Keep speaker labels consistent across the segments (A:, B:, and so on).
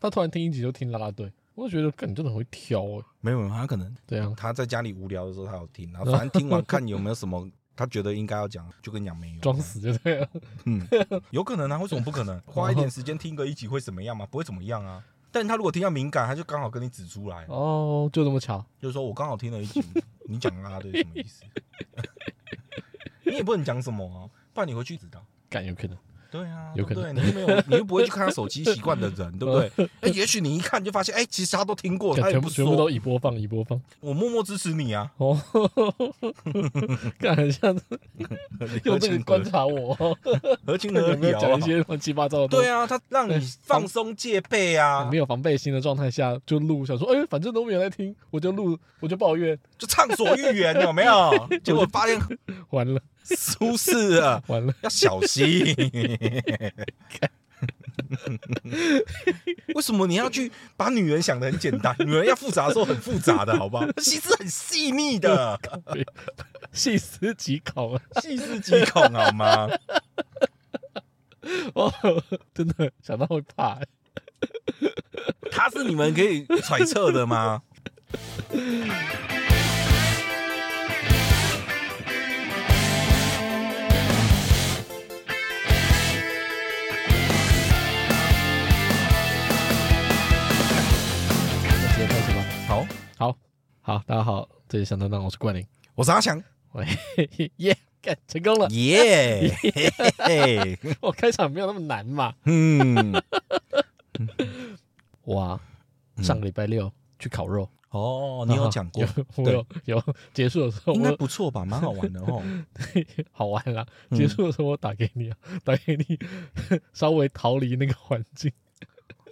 A: 他突然听一集就听啦啦队，我就觉得，干你真的很会挑哎、
B: 没有，没有他可能
A: 对啊，
B: 他在家里无聊的时候，他有听，然后反正听 完看有没有什么他觉得应该要讲，就跟你讲没有，
A: 装死就对了。
B: 嗯，有可能啊，为什么不可 能？花一点时间听个一集会怎么样吗？不会怎么样啊。但他如果听到敏感，他就刚好跟你指出来，
A: 哦，就这么巧，
B: 就是说我刚好听了一集，你讲啦啦队什么意思？ 你也不能讲什么啊，不然你回去知道。
A: 干有可能。
B: 对啊，
A: 有
B: 对不
A: 可
B: 对？你又没有，你又不会去看他手机习惯的 人，对不对？哎，也许你一看就发现，哎，其实他都听过，
A: 干
B: 他也
A: 全
B: 不
A: 部全部
B: 说，
A: 都已播放，已播放
B: 我默默支持你啊。
A: 哦，干很像是 用这个观察 我，
B: 合情合
A: 有没
B: 理
A: 有讲一
B: 啊。
A: 些乱七八糟的东西
B: 对？啊，他让你放松戒备啊
A: 哎没，有防备心的状态下就录，想说，哎、反正都没有在听，我就录，我就抱怨，
B: 就畅所欲言，有没 有？结果发现
A: 完了，
B: 出事 了，
A: 完了，
B: 要小心。 为什么你要去把女人想的很简单？女人要复杂的时候很复杂的，好不好？其实很细腻的，
A: 细思极恐啊！
B: 细思极恐，好吗？
A: 哦，真的想到会怕、 欸。
B: 它是你们可以揣测的吗？
A: 直接开始吧。
B: 好，
A: 好，好，大家好，这里想当当，我是冠霖，
B: 我是 阿强，
A: 喂，耶，干成功了！
B: 耶、嘿嘿嘿，
A: 我开场没有那么难嘛。
B: 嗯，
A: 哇，
B: 嗯
A: 上个礼拜六去烤肉，
B: 哦，你有讲过
A: 啊，有我有有结束的时候
B: 应该
A: 我
B: 不错吧？蛮好玩 的哦。
A: 好玩啦。
B: 嗯
A: 结束的时候我打给你啊， 打给你，稍微逃离那个环境。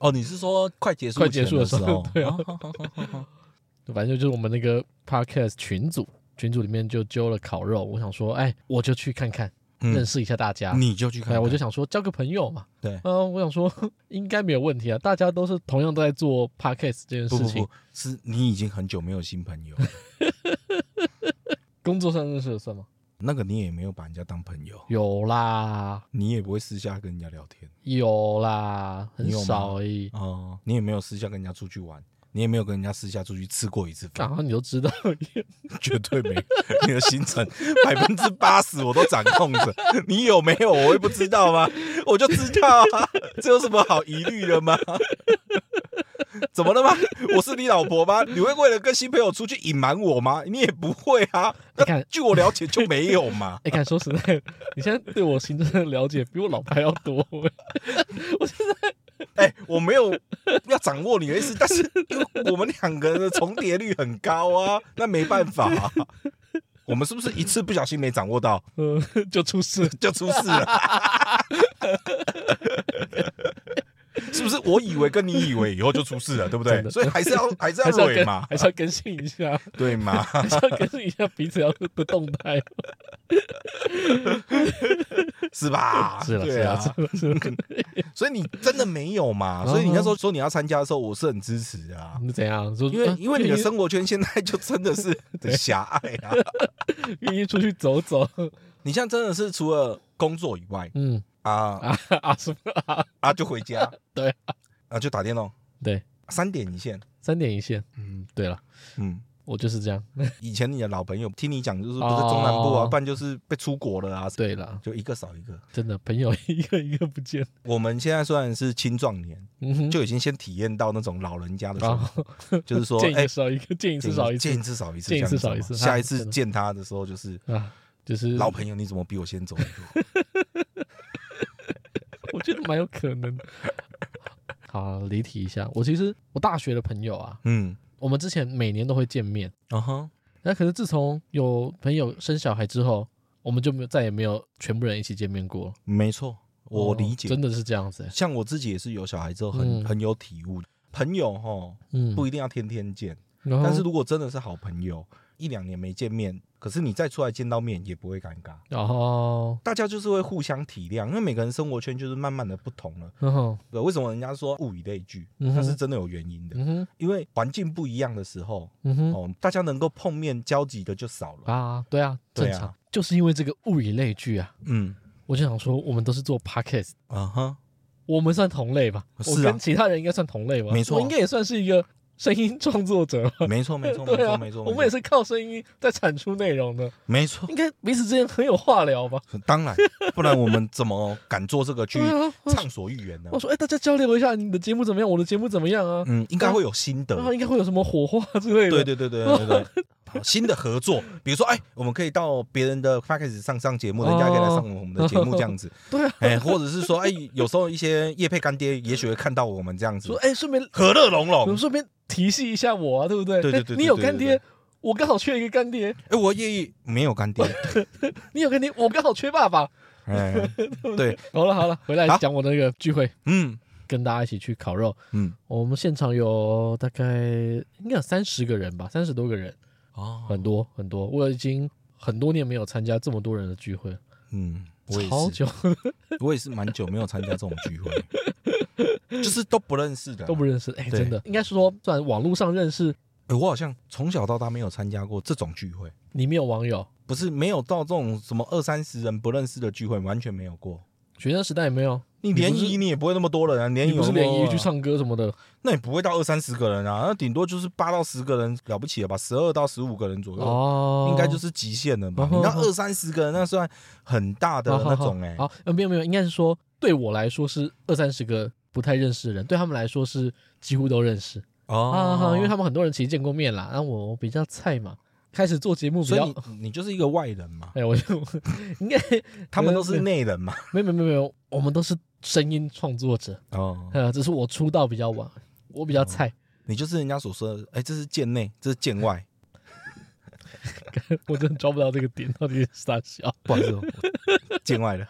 B: 哦，你是说快结束
A: 快结束的时
B: 前
A: 候对啊
B: 哦好好好好好
A: 反正就是我们那个 podcast 群组，群组里面就揪了烤肉。我想说，哎，我就去看看，
B: 嗯
A: 认识一下大家。
B: 你就去看
A: 哎，
B: 看，
A: 我就想说交个朋友嘛。
B: 对
A: 嗯、我想说 应该没有问题啊，大家都是同样都在做 podcast 这件
B: 不
A: 事
B: 不
A: 情，
B: 不，是你已经很久没有新朋友，
A: 工作上认识的算吗？
B: 那个你也没有把人家当朋友，
A: 有啦，
B: 你也不会私下跟人家聊天
A: 有啦，很
B: 你有吗
A: 少而已。
B: 哦，你也没有私下跟人家出去玩，你也没有跟人家私下出去吃过一次
A: 干
B: 饭，
A: 嘛你都知道？
B: 绝对没 有。你的行程百分之八十我都掌控着，你有没有我会不知道吗？我就知道啊，这有什么好疑虑的吗？ 怎么了吗？我是你老婆吗？你会为了跟新朋友出去隐瞒我吗？你也不会啊。
A: 你看
B: 那据我了解就没有 嘛。
A: 哎、敢说实在，你现在对我行政的了解比我老牌要多、
B: 哎、我没有要掌握你的意思，但是因为我们两个人的重叠率很高啊，那没办法、啊。我们是不是一次不小心没掌握到
A: 嗯，就出 事。
B: 就出事了？是不是我以为跟你以为以后就出事了，对不对
A: 真？的
B: 所以还是要还是要
A: 还是要
B: 蕊
A: 跟
B: 嘛，
A: 还是要更新一 下，
B: 对嘛？
A: 还是要更新一下彼此要的动态。
B: 是吧？
A: 是了，
B: 对
A: 是了，
B: 啊
A: 是。了，是了。
B: 所以你真的没有嘛？所以你那时候说你要参加的时候，我是很支持的啊。
A: 你怎样？说
B: 因为
A: 哦啊
B: 因为你的
A: 愿意
B: 生活圈现在就真 的是很狭隘啊，
A: 愿意出去走走，
B: 你现在真的是除了工作以外
A: 嗯
B: 啊
A: 啊 啊什么啊？
B: 啊就回家，
A: 对
B: 啊就打电动，
A: 对，
B: 三点一线。
A: 三点一线。嗯，对了，
B: 嗯，
A: 我就是这样。
B: 以前你的老朋友听你讲，就是不是中南部啊，
A: 哦
B: 不然就是被出国了啊，
A: 对了，
B: 就一个少一个。
A: 真的朋友一个一个不见。
B: 我们现在虽然是青壮年，
A: 嗯哼，
B: 就已经先体验到那种老人家的生
A: 然
B: 活，
A: 后
B: 就是 说，
A: 见一
B: 哎
A: 个，少一个，见一次少一
B: 见一
A: 次
B: 次少一次，
A: 见一次
B: 这样
A: 少一次
B: 子嘛
A: 啊
B: 下一
A: 真
B: 次
A: 的
B: 见他的时候，就是
A: 啊，就是
B: 老朋友，你怎么比我先走一步？
A: 我觉得蛮有可能的。 好，啊离题一下。我其实我大学的朋友啊，
B: 嗯，
A: 我们之前每年都会见面，
B: 啊哈，
A: 那可是自从有朋友生小孩之后，我们就没有再也没有全部人一起见面过了。
B: 没错，我
A: 哦
B: 理解。
A: 真的是这样子欸、
B: 像我自己也是有小孩之后，很
A: 嗯
B: 很有体悟。朋友哈，
A: 嗯，哦
B: 不一定要天天见，
A: 然后，
B: 但是如果真的是好朋友，一两年没见面，可是你再出来见到面也不会尴尬。
A: 然后，
B: 大家就是会互相体谅，因为每个人生活圈就是慢慢的不同了。
A: 然后，
B: 对，为什么人家说物以类聚？
A: 嗯哼
B: 那是真的有原因的，
A: 嗯哼，
B: 因为环境不一样的时候，
A: 嗯哼，
B: 哦，大家能够碰面交集的就少了。
A: 啊，对啊，
B: 对
A: 正
B: 啊
A: 常，就是因为这个物以类聚啊，
B: 嗯，
A: 我就想说，我们都是做 podcast，
B: 啊哈，
A: 我们算同类吧？
B: 是啊
A: 我跟其他人应该算同类吧？
B: 没错啊
A: 我应该也算是一个声音创作者吧。
B: 没错，没错，没
A: 对啊，
B: 错，没错，哦
A: 我们也是靠声音在产出内容的，
B: 没错，
A: 应该彼此之间很有话聊吧？
B: 当然，不然我们怎么敢做这个去
A: 对啊， 我
B: 畅所欲言呢
A: 我？说，哎、大家交流一下你的节目怎么样，我的节目怎么样啊？
B: 嗯，应该会有心得
A: 然，后应该会有什么火花之类的。
B: 对对对对对对。好新的合作，比如说，哎，我们可以到别人的 p a c k a g e 上上节目，人家可以来上我们的节 目这样子，
A: 对啊，
B: 哎，或者是说，哎，有时候一些叶配干爹也许会看到我们这样子
A: 说，，哎、顺便
B: 和乐融
A: 我们
B: 融。
A: 顺便提系一下我啊，对不对？
B: 对对
A: 哎
B: 对对
A: 你有
B: 对
A: 干
B: 对
A: 爹
B: 对，
A: 我刚好缺一个干爹；
B: 哎，我叶意没 有干爹，
A: 你有干爹，我刚好缺爸爸。
B: 哎，对，
A: 好了好了，回来
B: 好
A: 讲我的那个聚会，
B: 嗯
A: 跟大家一起去烤肉。
B: 嗯，
A: 我们现场有大概应该有三十个人吧，三十多个人，
B: 哦，
A: 很多很多。我已经很多年没有参加这么多人的聚会了，
B: 嗯，我也
A: 好
B: 是。
A: 久
B: 我也是蛮久没有参加这种聚会， 就是都不认识的啊，
A: 都不认识。哎，
B: 对
A: 真的，应该是说，虽然网络上认识，
B: 诶哎我好像从小到大没有参加过这种聚会，
A: 你没有网友，
B: 不是没有到这种什么二三十人不认识的聚会，完全没有过。
A: 学生时代也没有，
B: 你
A: 不是
B: 联谊你也不会那么多人啊，联谊
A: 你不是
B: 有那么
A: 联
B: 多
A: 谊
B: 人啊
A: 去，唱歌什么的，
B: 那也不会到二三十个人啊，那顶多就是八到十个人了不起了吧，十二到十五个人左右，
A: 哦，
B: 应该就是极限了吧
A: 哦？
B: 你那二三十个人那算很大的那种哎、
A: 好，好呃，没有没有，应该是说对我来说是二三十个不太认识的人，对他们来说是几乎都认识
B: 哦
A: 啊，哈因为他们很多人其实见过面啦，然后我比较菜嘛，开始做节目比
B: 所以
A: 较
B: 你，你就是一个外人嘛，
A: 哎，我就 应该
B: 他们都是内人嘛。
A: 没有没有没有没有，我们都是声音创作者，
B: 哦，
A: 呃，只是我出道比较晚，我比较菜，
B: 你就是人家所说的，哎、这是贱内，这是 贱外。
A: 我真的抓不到这个点到底是啥笑，
B: 不好意思哦，我见外了。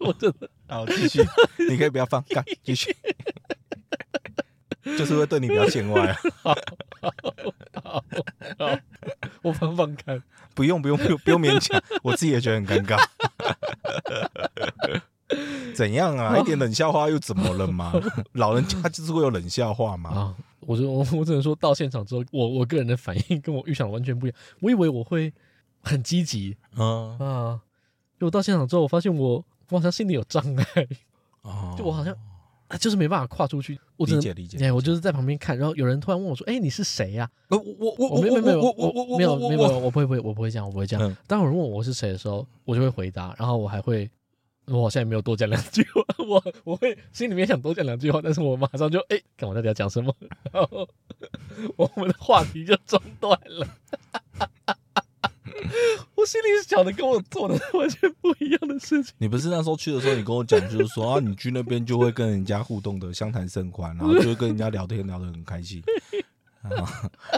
A: 我真的
B: 好，继续， 你可以不要放，干继续。 就是会对你比较见外啊，
A: 好，好我放放看，
B: 不用不用不用不用勉强，我自己也觉得很尴尬。怎样啊？一点冷笑话又怎么了嘛？老人家就是会有冷笑话 嘛。
A: 啊，我就我我只能说到现场之后，我我个人的反应跟我预想的完全不一样。我以为我会很积极
B: 嗯
A: 啊，结果到现场之后，我发现我我好像心里有障碍，
B: 哦
A: 就我好像、啊就是没办法跨出去。我只
B: 理
A: 能
B: 解理解。
A: 哎、我就是在旁边看，然后有人突然问我说：“哎、你是谁呀、
B: 呃我我
A: 哦我没有没有
B: 我
A: 我
B: 我我
A: 没有
B: 我
A: 没有没有我不会不会我不会这样我不会这样。
B: 嗯
A: 当有人问我是谁的时候，我就会回答，然后我还会。我好像也没有多讲两句话，我 我会心里面想多讲两句话，但是我马上就哎，看、我到底要讲什么，然后我们的话题就中断了。 我心里想的跟我做的完全不一样的事情。
B: 你不是那时候去的时候，你跟我讲，就是说啊，你去那边就会跟人家互动的相谈甚欢，然后就会跟人家聊天聊得很开心， 啊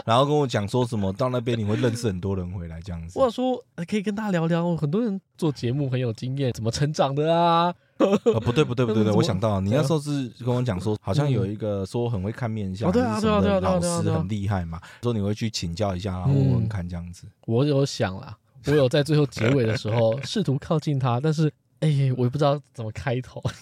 B: 然后跟我讲说什么到那边你会认识很多人回来这样子
A: 我。想说呃可以跟大家聊聊，很多人做节目很有经验，怎么成长的啊？
B: 啊，不对不对不对不
A: 怎
B: 对，
A: 么啊嗯
B: 我想到了你那时候是跟我讲说，好像有一个说很会看面相，
A: 哦对啊
B: 还是什么
A: 对啊
B: 的
A: 对啊
B: 老
A: 对啊
B: 师
A: 对啊
B: 很厉害嘛，说你会去请教一下，然后问问看这样子。
A: 我有想 啦，我有在最后结尾的时候试图靠近他，但是哎、我也不知道怎么开头。
B: 哦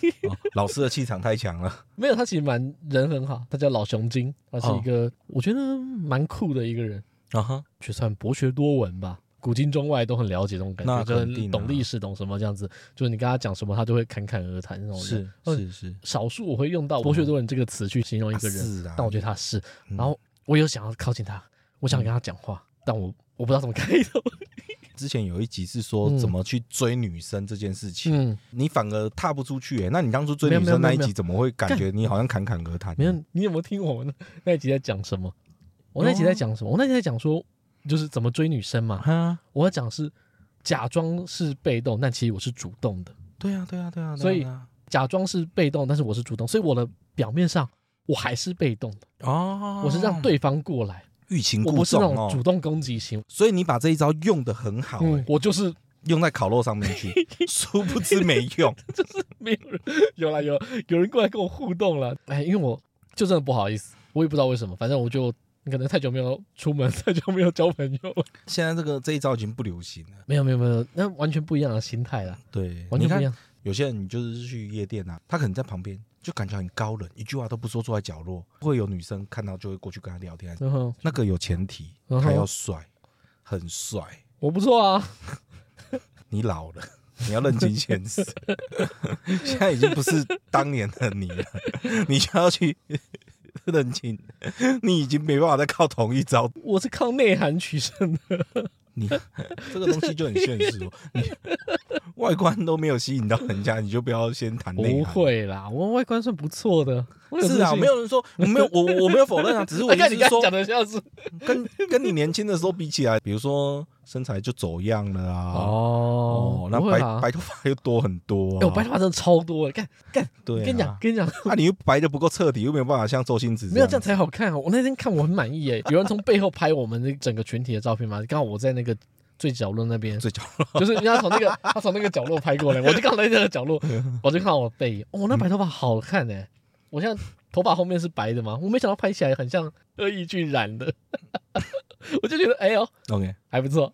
B: 老师的气场太强了，
A: 没有，他其实蛮人很好，他叫老熊精，他是
B: 哦
A: 一个、我觉得蛮酷的一个人，
B: 啊哈，
A: 就算博学多闻吧。古今中外都很了解这种感觉，
B: 那
A: 就是
B: 肯定啊
A: 懂历史、懂什么这样子，就是你跟他讲什么，他就会侃侃而谈那种人。
B: 是
A: 哦
B: 是是，
A: 少数我会用到“博学多闻”这个词去形容一个人，
B: 啊是啊
A: 但我觉得他是。
B: 嗯
A: 然后我有想要靠近他，我想跟他讲话，但我我不知道怎么开头。
B: 之前有一集是说
A: 嗯
B: 怎么去追女生这件事情，
A: 嗯，
B: 你反而踏不出去、欸。那你当初追女
A: 没有
B: 生
A: 没有没
B: 那
A: 有
B: 一集，怎么会感觉你好像侃侃而谈？
A: 没有，你有没有听我们那一集在讲什么？我那一集在讲什么？我那一集在讲说，就是怎么追女生嘛。
B: 啊，
A: 我要讲是假装是被动，但其实我是主动的。
B: 对啊，对啊，对啊。
A: 所以
B: 对啊
A: 假装是被动，但是我是主动，所以我的表面上我还是被动的，
B: 哦，
A: 我是让对方过来，
B: 欲擒
A: 我
B: 故
A: 不是那
B: 纵
A: 种主
B: 哦，
A: 动攻击型。
B: 所以你把这一招用的很好、
A: 嗯
B: 欸，，
A: 我就是
B: 用在烤肉上面去，殊不知没用。
A: 没有人，有啦有，有人过来跟我互动了。哎，因为我就真的不好意思，我也不知道为什么，反正我就可能太久没有出门， 太久没有交朋友了。
B: 现在这个这一招已经不流行了。
A: 没有没有没有，那完全不一样的心态啦，
B: 对，
A: 完全
B: 你
A: 不一
B: 看
A: 样。
B: 有些人你就是去夜店啊，他可能在旁边就感觉很高冷，一句话都不说，坐在角落，会有女生看到就会过去跟他聊天。
A: 然后
B: 那个有前提，
A: 嗯哼
B: 他要帅，很帅。
A: 我不错啊，
B: 你老了，你要认清现 实。现在已经不是当年的你了，你就要去认清，你已经没办法再靠同一招。
A: 我是靠内涵取胜的，
B: 你这个东西就很现实哦，你 外观都没有吸引到人家，你就不要先谈内
A: 不
B: 涵。
A: 会啦，我外观算不错的。我有
B: 是啊，
A: 自信
B: 没。有人说我没有，我我没有否认啊，只是我
A: 我
B: 意思
A: 看你
B: 是
A: 刚
B: 说
A: 才，讲的像是
B: 跟跟你年轻的时候比起来，比如说身材就走样了啊。
A: 哦
B: 哦，那
A: 不会啦
B: 白白头发又多很多、啊，
A: 哎我白头发真的超多，干干，
B: 对、啊，
A: 跟你讲，跟你讲，
B: 那、你又白的不够彻底，又没有办法像周星驰
A: 没有这样才好看哦。我那天看我很满意耶，有人从背后拍我们那整个群体的照片嘛，刚好我在那个最角落那 边，
B: 最角落，
A: 就是人家从那个他从那个角落拍过来，我就刚好在那个角落，我就看到我背影，哦，
B: 嗯
A: 那白头发好看哎，我现在头发后面是白的嘛，我没想到拍起来很像恶意去染的， 我就觉得哎呦
B: OK，
A: 还不错，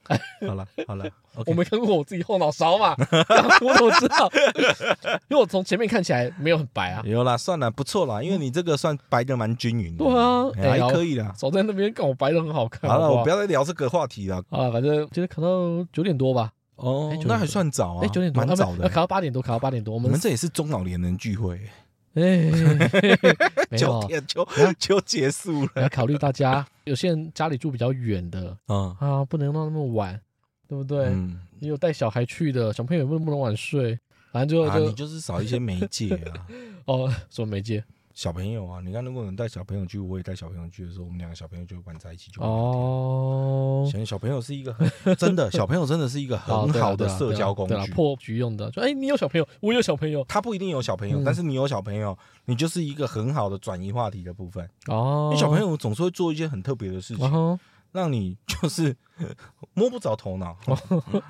B: 好了好 了，OK，
A: 我没看过我自己后脑勺嘛，我怎么知道？ 因为我从前面看起来没有很白啊，
B: 有啦，算了，不错啦，因为你这个算白的蛮均匀的，
A: 对啊
B: 哎
A: 哎
B: 还
A: 呦
B: 可以啦。
A: 走在那边看我白的很好看。
B: 好
A: 好
B: 了，我不
A: 要
B: 要再聊这个话题了。
A: 啊，反正今天考到九点多吧，
B: 哦
A: 哎九点多
B: 那还算早啊，
A: 哎，九点多，
B: 蛮早的
A: 考。到八点多，考到八点多，我
B: 我
A: 们
B: 们这也是中老年人聚会，
A: 哎，嘿嘿嘿没
B: 九
A: 有。啊
B: 点就就结束
A: 你
B: 了。
A: 要考虑大家，有些人家里住比较远的
B: 嗯
A: 啊，不能弄那么晚，对不对？
B: 嗯，
A: 你有带小孩去的，小朋友不能不能晚睡，反正最
B: 啊，
A: 后
B: 你
A: 就
B: 就是少一些媒 介啊。
A: 哦，什么媒介
B: 小朋友啊，你看，如果能带小朋友去，我也带小朋友去的时候，我们两个小朋友就会玩在一起，就会聊天。
A: 哦，
B: 想小朋友是一个很 真的，小朋友真的是一个
A: 哦
B: 很
A: 对啊
B: 好的
A: 对啊
B: 社
A: 对啊
B: 交工
A: 对啊
B: 具。
A: 破局用的。说哎，你有小朋友，我有小朋友
B: 他不一定有小朋友
A: 嗯，
B: 但是你有小朋友，你就是一个很好的转移话题的部分。
A: 哦
B: 因，为小朋友总是会做一些很特别的事
A: 然
B: 情，
A: 后
B: 让你就是 摸不着头脑，
A: 哦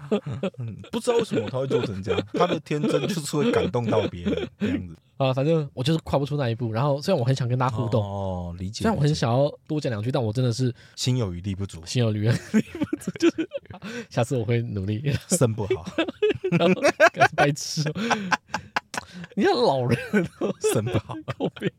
B: 嗯不知道为什么他会做成这样。他的天真就是会感动到别 人这样子。
A: 啊，反正我就是跨不出那一步。然后虽然我很想跟大家互动，
B: 哦，理解。
A: 虽然我
B: 理
A: 很
B: 解
A: 想要多讲两句，但我真的是
B: 心有余力不足，
A: 心有余而 力不足，就是啊下次我会努力。
B: 肾不好，
A: 然后干白痴哦、 你看老人都
B: 肾不好。
A: 靠背。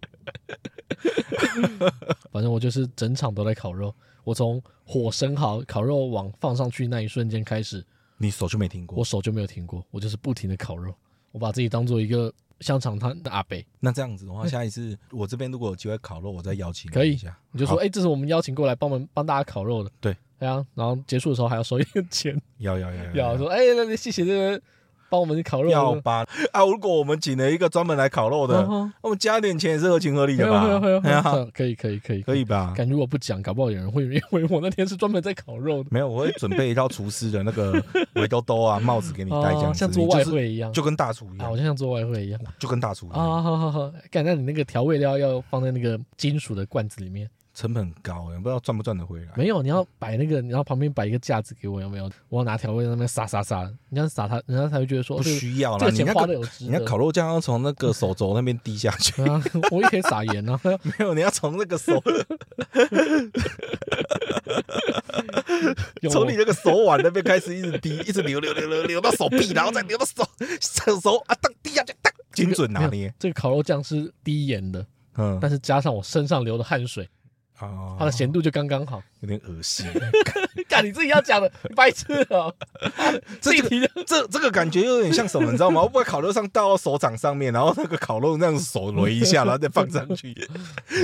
A: 反正我就是整场都在烤肉，我从火生蚝烤肉往放上去那一瞬间开始，
B: 你手就没停
A: 我
B: 过。
A: 手就没有停过，我就是不停的烤肉，我把自己当做一个香肠摊的阿伯，
B: 那这样子的话，下一次我这边如果有机会烤肉，我再邀请
A: 嗯可
B: 你
A: 以
B: 一下。
A: 你就说，
B: 好
A: 哎、这是我们邀请过来帮忙帮大家烤肉的，
B: 对，
A: 对啊，然后结束的时候还要收一点 钱，
B: 要要要
A: 要说，哎、那你谢谢这个帮我们烤肉的，
B: 要吧？啊，如果我们请了一个专门来烤肉的，
A: 嗯哼
B: 那我们加点钱也是合情合理的
A: 会啊会啊
B: 吧？
A: 会啊会
B: 哎呀
A: 啊可以可以可以
B: 可以吧？
A: 感觉我不讲，搞不好有人会以为我那天是专门在烤肉的，
B: 没有，我会准备一套厨师的那个 围兜兜啊、帽子给你戴，这样
A: 哦
B: 子
A: 像做
B: 你就
A: 外
B: 是
A: 汇一样，
B: 就跟大厨一
A: 啊，我
B: 样，
A: 就像做外汇一样
B: 就跟大厨一样，
A: 啊，好好好，干，那你那个调味料要放在那个金属的罐子里面，
B: 成本很高，也不知道赚不赚得回来。
A: 没有，你要摆那个，你要旁边摆一个架子给我，有没有？我要拿调味在那边撒撒撒，人家撒他，人家才会觉得说
B: 不
A: 哦这个
B: 需要
A: 这个
B: 啦，你
A: 钱
B: 那
A: 花的
B: 个
A: 有值
B: 你那
A: 得。
B: 烤肉酱要从那个手肘那边滴下 去，
A: 啊，我也可以撒盐 啊，
B: 没有，你要从那个手
A: 用
B: 从
A: 我
B: 你那个手腕那边开始一直滴，一直流流流流流到手臂，然后再流到手手手啊，当滴下去，当精准拿捏。
A: 这个烤肉酱是低盐的，
B: 嗯，
A: 但是加上我身上流的汗水，
B: 啊
A: 它的咸度就刚刚好。
B: 有点恶心，
A: 干，你自己要讲的，你白痴啊！ 自己提的，
B: 这这个感觉又有点像什么，你知道吗？我把烤肉上倒到手掌上面，然后那个烤肉那样手揉 一下，然后再放上去，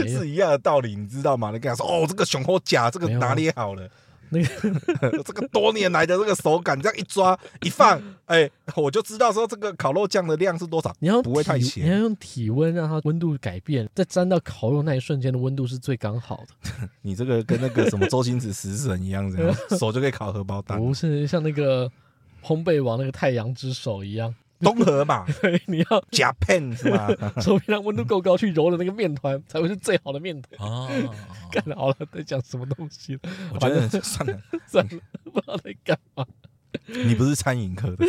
A: 没有啊
B: 是一样的道理，你知道吗？你跟他说哦，这个熊猴甲这个拿捏好了。
A: 那个
B: 这个多年来的这个手感，这样一抓一放，哎、我就知道说这个烤肉酱的量是多少。
A: 你要
B: 不会太
A: 体
B: 咸
A: 你要用体温让它温度改变，在沾到烤肉那一瞬间的温度是最刚好的，
B: 你这个跟那个什么周星驰食神一样， 这样手就可以烤荷包蛋，
A: 不是像那个烘焙王那个太阳之手一样，
B: 东河嘛，
A: 对，你 要
B: 假片是吧？
A: 手臂让温度够高去揉的那个面团才会是最好的面团。
B: 哦，
A: 干了好了，在讲什么东西了？
B: 我觉得算了，
A: 算了，不知道在干嘛。
B: 你不是餐饮科的，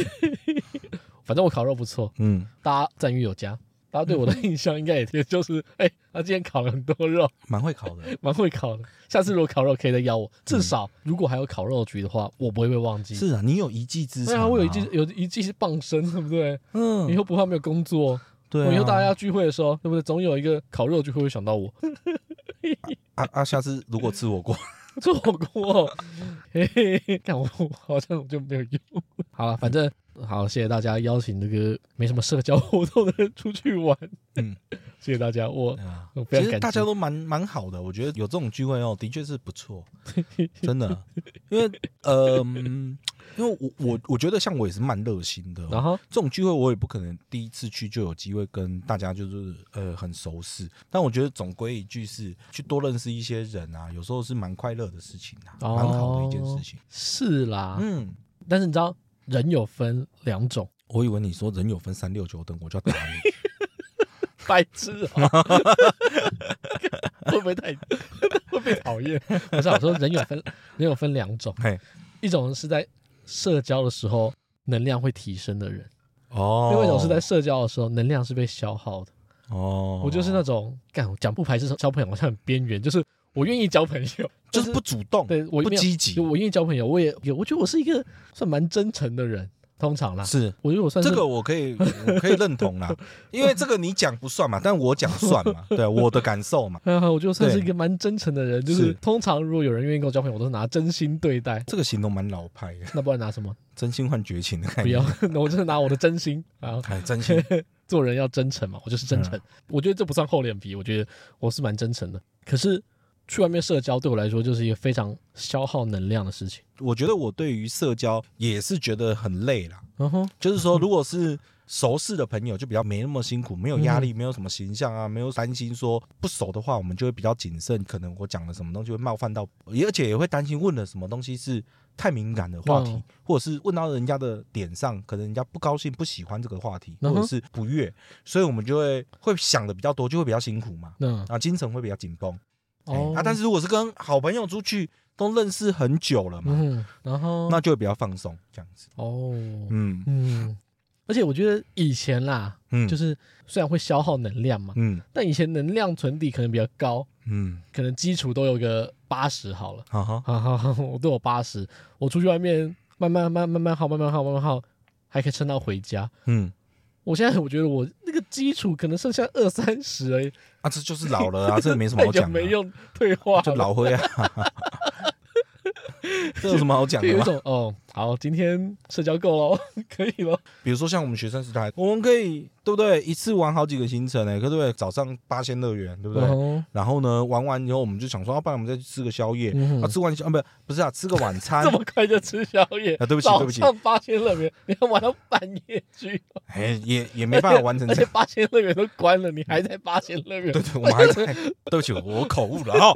A: 反正我烤肉不错，
B: 嗯，
A: 大家赞誉有加。大家对我的印象应该也也就是，哎、他今天烤了很多肉，
B: 蛮会烤的。
A: 蛮会烤的。下次如果烤肉可以再邀我，至
B: 嗯
A: 少如果还有烤肉局的话，我不会被忘记。
B: 是啊，你有一技之
A: 对
B: 长、
A: 啊，我有一季，有一季是傍身，对不对？以
B: 嗯，
A: 后不怕没有工作，
B: 对、啊，
A: 我以后大家聚会的时候，对不对？总有一个烤肉聚会会想到我，
B: 啊啊，下次如果吃火锅，
A: 做 火锅，嘿嘿嘿，干我我好像我就没有用。好了，反正好，谢谢大家邀请这个没什么社交活动的人出去玩。
B: 嗯，
A: 谢谢大家，我
B: 啊
A: 我，非
B: 其
A: 常
B: 实
A: 感
B: 大
A: 激
B: 家都蛮蛮好的，我觉得有这种聚会哦，的确是不 错，真的，啊因为呃，嗯因为我我我觉得像我也是蛮热心的哦、
A: 然后
B: 这种聚会我也不可能第一次去就有机会跟大家就是呃很熟识，但我觉得总归一句是去多认识一些人啊，有时候是蛮快乐的事情啊，蛮、好的一件事情。
A: 是啦，
B: 嗯，
A: 但是你知道人有分两种，
B: 我以为你说人有分三六九等，我就要打你。
A: 白痴啊、 会不会 太会不会讨厌？不是、啊，我说人有分 人有分两种，
B: 嘿，
A: 一种是在社交的时候能量会提升的人，
B: 哦，
A: 另外一种是在社交的时候能量是被消耗的。
B: 哦，
A: 我就是那种干我讲不排斥交朋友，好像很边缘，就是我愿意交朋 友，
B: 就
A: 但
B: 是不主动，
A: 对我
B: 不
A: 没有
B: 积极
A: 就，我愿意交朋友，我也有，我觉得我是一个算蛮真诚的人，通常啦，
B: 是
A: 我觉得我算是
B: 这个我可以，我可以认同啦，因为这个你讲不算嘛，但我讲算 嘛，对啊我的感受嘛，
A: 啊，我就算是
B: 对
A: 一个蛮真诚的人，就是
B: 是
A: 通常如果有人愿意跟我交朋友，我都是拿真心对待。
B: 这个形容蛮老派的，
A: 那不然拿什么？
B: 真心换绝情的概
A: 不
B: 念
A: 要，，那 我就是拿我的真心啊。
B: 哎，真心，
A: 做人要真诚嘛，我就是真
B: 嗯
A: 诚。我觉得这不算厚脸皮，我觉得我是蛮真诚的。可是去外面社交对我来说就是一个非常消耗能量的事情。
B: 我觉得我对于社交也是觉得很累啦，
A: 嗯哼，
B: 就是说，如果是熟识的朋友，就比较没那么辛苦，没有压
A: 嗯
B: 力，没有什么形象啊，没有担心说不熟的话，我们就会比较谨慎，可能我讲了什么东西会冒犯到，而且也会担心问了什么东西是太敏感的话题，
A: 嗯
B: 或者是问到人家的点上，可能人家不高兴、不喜欢这个话题，
A: 嗯
B: 或
A: 哼
B: 者是不悦，所以我们就会会想的比较多，就会比较辛苦嘛，
A: 那
B: 啊，精神会比较紧绷。哎
A: 嗯哦，
B: 啊，但
A: 是
B: 是如果是跟好朋友出去，都认识很久了嘛，
A: 嗯，然后
B: 那就会比较放松这样子。
A: 哦，
B: 嗯
A: 嗯，而且我觉得以前啦，
B: 嗯，
A: 就是是虽然会消耗能量嘛，
B: 嗯
A: 但以前能量存底可能比较高，
B: 嗯，
A: 可能基础都有个八十好了。
B: 好好。
A: 好好好，我都有八十，我出去外面慢慢慢慢慢耗，慢慢耗，慢慢耗，还可以撑到回家。
B: 嗯，
A: 我现在我觉得我那个基础可能剩下二三十而已，
B: 啊，这就是老了啊，这没什么
A: 太
B: 好
A: 久
B: 讲 的
A: 哎没
B: 啊，
A: 用退化了，
B: 就老灰啊， 这有什么好讲
A: 就
B: 的
A: 有一
B: 吗？
A: 种哦，好，今天社交够喽， 可以喽。
B: 比如说像我们学生时代，我们可以对不对，一次玩好几个行程呢、欸，对不对？早上八仙乐园，对不对？
A: 哦
B: 然后呢，玩完以后我们就想说，要、不然我们再去吃个宵夜，
A: 嗯
B: 啊，吃完宵啊，不是不是啊，吃个晚 餐
A: 这，么快就吃宵夜
B: 啊对不起
A: 早
B: 对不起
A: 上八仙乐园，你要玩到半夜去，
B: 哎、也也没办法完成
A: 而
B: 这
A: 且
B: 个。
A: 八仙乐园都关了，你还在八仙乐园
B: 对对，我们还在，对不起，我口误了哦。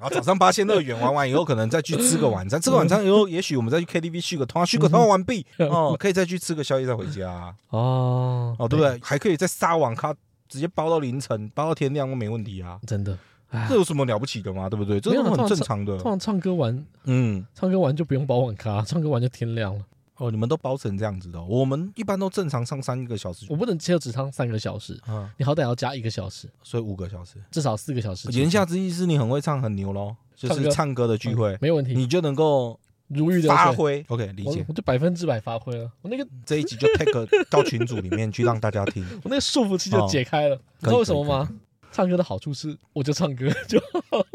B: 然后早上八仙乐园玩完以后，可能再去吃个晚餐，吃个晚餐以后，也许我
A: 嗯
B: 们再去 KTV 续个通，续个通完毕哦，可以再去吃个宵夜再回家啊、
A: 哦
B: 哦，对不对？还可以在撒网咖直接包到凌晨，包到天亮都没问题啊，
A: 真的，哎
B: 这有什么了不起的吗？对不对？这
A: 没有啦
B: 都很
A: 通常
B: 正常的
A: 通。常唱歌完，
B: 嗯，
A: 唱歌完就不用保网咖，唱歌完就天亮了。
B: 哦，你们都包成这样子的哦，我们一般都正常上三个小时
A: 我不能只有只唱三个小时，
B: 啊，
A: 你好歹要加一个小时，
B: 所以五个小时。
A: 至少四个小时。
B: 言下之意是你很会唱，很牛喽，就
A: 唱
B: 是
A: 歌
B: 唱歌的聚会，
A: 没问题，
B: 你就能够
A: 如鱼得
B: 发
A: 水。
B: 挥。OK，理
A: 我
B: 解。
A: 我就百分之百发挥了，我那个
B: 这一集就 take 到群组里面去让大家听。
A: 我那个束缚器就解开了，你知
B: 可以
A: 道为什么吗？唱歌的好处是，我就唱歌就，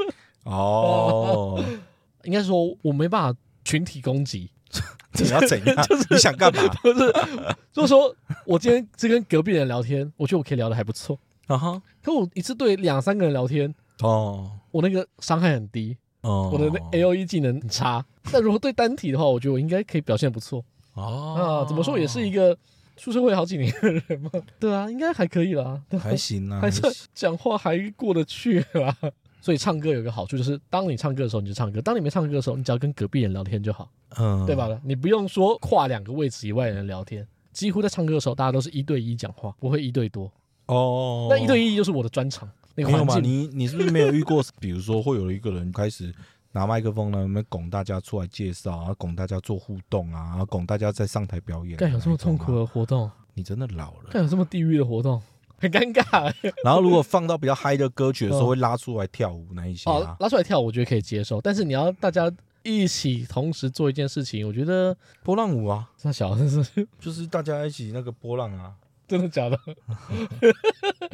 B: 哦，
A: 应该说我没办法群体攻击，
B: 你要怎样？你想干嘛？
A: 就是就是 说我今天是跟隔壁人聊天，我觉得我可以聊得还不错，
B: 啊哈，
A: 可我一次对两三个人聊天，
B: 哦
A: 我那个伤害很低，
B: 哦，
A: 我的那 A O E 技能很差。但如果对单体的话，我觉得我应该可以表现得不错。
B: 哦
A: 啊，怎么说也是一个出社会好几年的人嘛。 对啊，应该还可以啦，对
B: 还行啊，
A: 还
B: 行
A: 算 讲话还过得去啦。 所以唱歌有个好处就是，当你唱歌的时候你就唱歌，当你没唱歌的时候，你只要跟隔壁人聊天就好，
B: 嗯，
A: 对？吧？你不用说跨两个位置以外的人聊天。几乎在唱歌的时候，大家都是一对一讲话，不会一对多。
B: 哦，
A: 那一对一就是我的专长，那个
B: 没有嘛？
A: 环境。
B: 你你是不是没有遇过？比如说会有一个人开始拿麦克风呢，我们拱大家出来介绍啊，拱大家做互动啊，然后拱大家在上台表演。啊
A: 干有这么痛苦？的活动，
B: 你真的老了。
A: 干有这么地狱的活动，很尴尬、
B: 然后如果放到比较嗨的歌曲的时
A: 嗯
B: 候，会拉出来跳舞那一些
A: 哦
B: 啊，。
A: 拉出来跳，我觉得可以接受。但是你要大家一起同时做一件事情，我觉得
B: 波浪舞啊，
A: 那小的是
B: 就是大家一起那个波浪 啊。
A: 真的假的？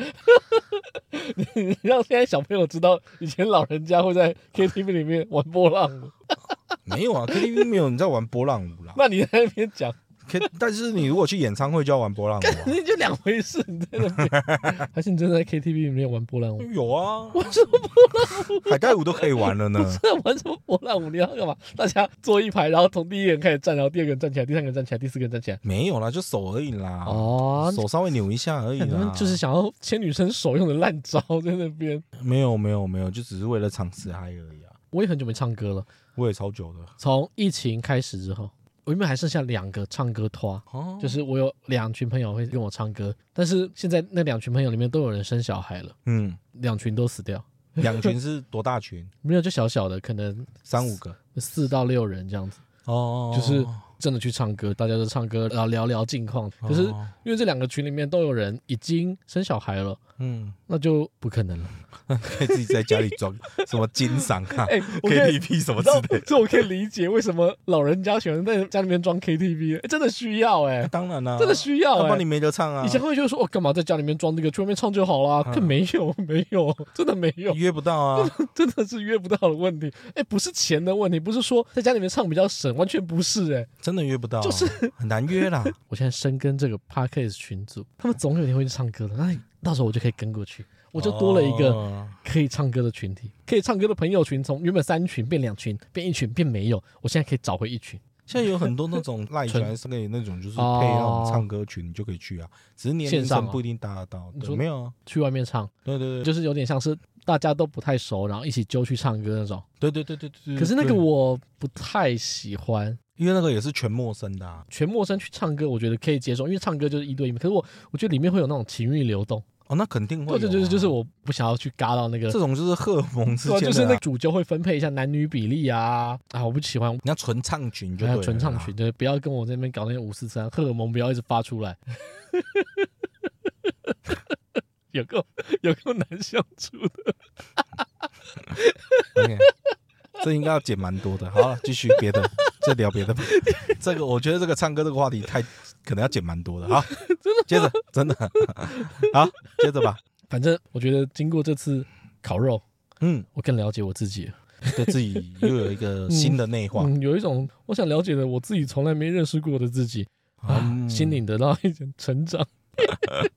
A: 你让现在小朋友知道，以前老人家会在 KTV 里面玩波浪舞，
B: 没有啊，KTV 没有人在玩波浪舞啦。
A: 那你在那边讲
B: 可但是你如果去演唱会就要玩波浪舞啊，
A: 那就两回事。你在那边， 还是你真的在 KTV 里面玩波浪舞？
B: 有啊，
A: 玩什么波
B: 海带舞都可以玩了呢。
A: 浪 舞？玩什么波浪舞？你要干嘛？大家坐一排，然后从第一个人开始站，然后第二个人站起来，第三个人站起来，第四个人站起来。
B: 没有啦，就手而已啦，
A: 哦，
B: 手稍微扭一下而已
A: 看他
B: 啦
A: 们。就是想要牵女生手用的烂招在那边。
B: 没有没有没有，就只是为了尝试嗨而已啊。
A: 我也很久没唱歌了，
B: 我也超久的
A: 从疫情开始之后，我原本还剩下两个唱歌团，
B: 哦，
A: 就是我有两群朋友会跟我唱歌，但是现在那两群朋友里面都有人生小孩了，
B: 嗯，
A: 两群都死掉，
B: 两群是多大群？
A: 没有就小小的，可能
B: 三五个
A: 四到六人这样子，
B: 哦
A: 就是真的去唱歌，大家都唱歌，然后聊聊近况，就是
B: 哦
A: 因为这两个群里面都有人已经生小孩了，
B: 嗯，
A: 那就不可能了。
B: 可以 自己在家里装什么金嗓啊
A: 哎、 我可以。
B: ，KTV 什么
A: 你
B: 之
A: 知道
B: 类的。
A: 这我可以理解为什么老人家喜欢在家里面装 KTV，、哎真的需要哎、
B: 当然啦，
A: 真的需要
B: 要不
A: 哎、
B: 然你没得唱啊
A: 以，前会觉得说，哦，干嘛在家里面装这个，去外面唱就好啦。
B: 嗯
A: 但没有，没有， 真的没有，
B: 约不到啊。
A: 真的是约不到的问题。哎，不是钱的问题，不是说在家里面唱比较省，完全不是。哎，
B: 真的约不到啊，
A: 就是
B: 很难约啦。
A: 我现在深耕这个 podcast 群组，他们总有一天会去唱歌的，那到时候我就可以跟过去， 我就多了一个
B: 哦
A: 可以唱歌的群体，可以唱歌的朋友群，从原本三群变两群，变一群，变没有，我现在可以找回一群。
B: 现在有很多那 种赖起来是可以那种，就是配那种唱歌群，你就可以去啊。只是年
A: 哦
B: 龄
A: 线上
B: 层
A: 啊
B: 不一定达得到。
A: 你
B: 对
A: 说
B: 没有啊？
A: 去外面唱，
B: 对对对
A: 就是有点像是大家都不太熟，然后一起揪去唱歌那种。
B: 对对对对对。
A: 可是那个
B: 嗯对，
A: 我不太喜欢，
B: 因为那个也是全陌生的啊。
A: 全陌生去唱歌，我觉得可以接受，因为唱歌就是一对一嘛。可是我我觉得里面会有那种情欲流动，
B: 哦，那肯定会有
A: 对
B: 啊。
A: 对对，就是我不想要去嘎到那个
B: 这，种就是荷尔蒙之
A: 对啊，
B: 间
A: 就是
B: 的
A: 那
B: 啊。
A: 主角会分配一下男女比例啊啊，我不喜欢。
B: 你要纯唱群就
A: 还
B: 对啊
A: 有
B: 了
A: 哎纯唱
B: 啦
A: 群，对，不要跟我这边搞那些五四三，荷尔蒙不要一直发出来， 有够有够难相处的。
B: OK，这应该要剪蛮多的。好了，继续 别的，再聊别的吧。这个我觉得这个唱歌这个话题太可能要剪蛮多的。好，真的，接着真的， 好，接着吧。
A: 反正我觉得经过这次烤肉，
B: 嗯，
A: 我更了解我自己了。
B: 对自己又有一个新的内化，
A: 嗯，有一种我想了解的我自己从来没认识过的自己，啊，
B: 嗯
A: 心灵得到一点成长。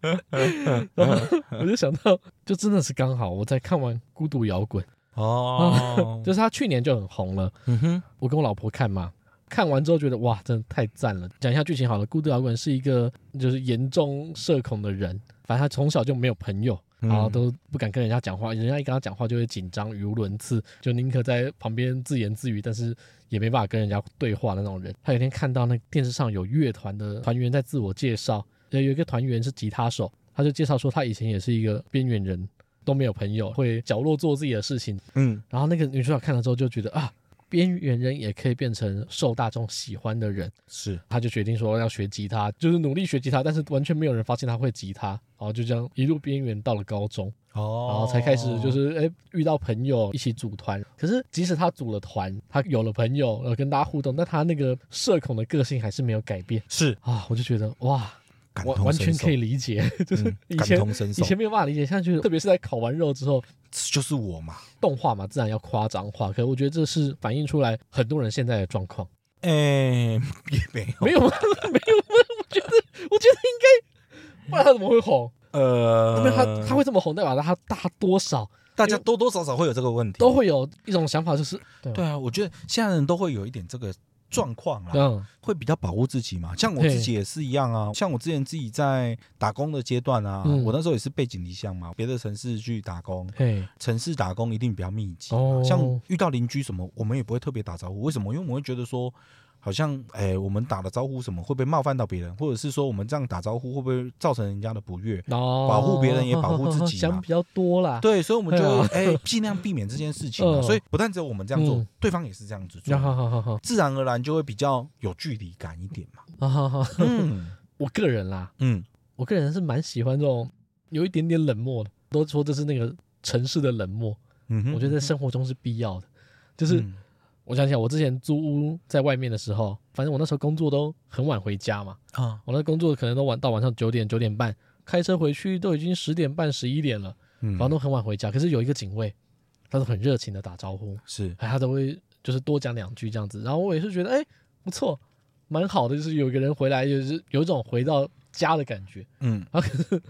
A: 然后我就想到，就真的是刚好我在看完《孤独摇滚》，
B: 哦，
A: 就是他去年就很红了。
B: 嗯哼，
A: 我跟我老婆看嘛，看完之后觉得哇，真的太赞了。讲一下剧情好了，《孤独摇滚》是一个就是严重社恐的人，反正他从小就没有朋友，
B: 嗯
A: 然后都不敢跟人家讲话，人家一跟他讲话就会紧张、语无伦次，就宁可在旁边自言自语，但是也没办法跟人家对话的那种人。他有一天看到那个电视上有乐团的团员在自我介绍，有一个团员是吉他手，他就介绍说他以前也是一个边缘人，都没有朋友，会角落做自己的事情。
B: 嗯，
A: 然后那个女主角看了之后就觉得啊，边缘人也可以变成受大众喜欢的人，
B: 是
A: 她就决定说要学吉他，就是努力学吉他，但是完全没有人发现她会吉他，然后就这样一路边缘到了高中。
B: 哦，
A: 然后才开始就是哎、诶遇到朋友一起组团。可是即使他组了团，他有了朋友，呃跟大家互动，但他那个社恐的个性还是没有改变
B: 是
A: 啊！我就觉得哇，
B: 感
A: 完
B: 同
A: 完
B: 身
A: 全
B: 受
A: 可以理解，就是
B: 嗯
A: 以
B: 感
A: 前、
B: 同身
A: 以
B: 受，
A: 前没有办法理解，现在觉得特别是在烤完肉之后，
B: 就是我嘛。
A: 动画嘛自然要夸张化，可我觉得这是反映出来很多人现在的状况。
B: 哎，也没有，
A: 没有吗？ 没有吗？我觉得我觉得应该，不然他怎么会红？
B: 呃，
A: 因为他他会这么红，代表他大多少
B: 大家多多少少会有这个问题，
A: 都会有一种想法，就是
B: 对啊，我觉得现在人都会有一点这个状况啦，
A: 嗯
B: 会比较保护自己嘛。像我
A: 嘿
B: 自己也是一样啊，像我之前自己在打工的阶段啊，
A: 嗯
B: 我那时候也是背井离乡嘛，别的城市去打工，
A: 嘿
B: 城市打工一定比较密集嘛。
A: 哦
B: 像遇到邻居什么，我们也不会特别打招呼，为什么？因为我们会觉得说。好像哎、我们打了招呼什么会不会冒犯到别人，或者是说我们这样打招呼会不会造成人家的不悦？
A: 哦，
B: 保护别人也保护自己嘛
A: 想比较多啦。，
B: 对，所以我们就
A: 对啊
B: 会哎尽量避免这件事情、啊。
A: 嗯
B: 所以不但只有我们这样做，
A: 嗯
B: 对方也是这样子做
A: 好，好好好
B: 自然而然就会比较有距离感一点嘛。
A: 好好好，
B: 嗯
A: 我个人啦，
B: 嗯，
A: 我个人是蛮喜欢这种有一点点冷漠的，都说这是那个城市的冷漠，
B: 嗯哼
A: 我觉得在生活中是必要的。就是
B: 嗯
A: 我想起来，我之前租屋在外面的时候，反正我那时候工作都很晚回家嘛，
B: 啊，
A: 我那工作可能都晚到晚上九点九点半，开车回去都已经十点半十一点了，
B: 嗯
A: 房东很晚回家，可是有一个警卫，他都很热情的打招呼，
B: 是
A: 哎，他都会就是多讲两句这样子。然后我也是觉得，哎，不错，蛮好的，就是有一个人回来，就是有一种回到家的感觉。
B: 嗯
A: 啊，可是，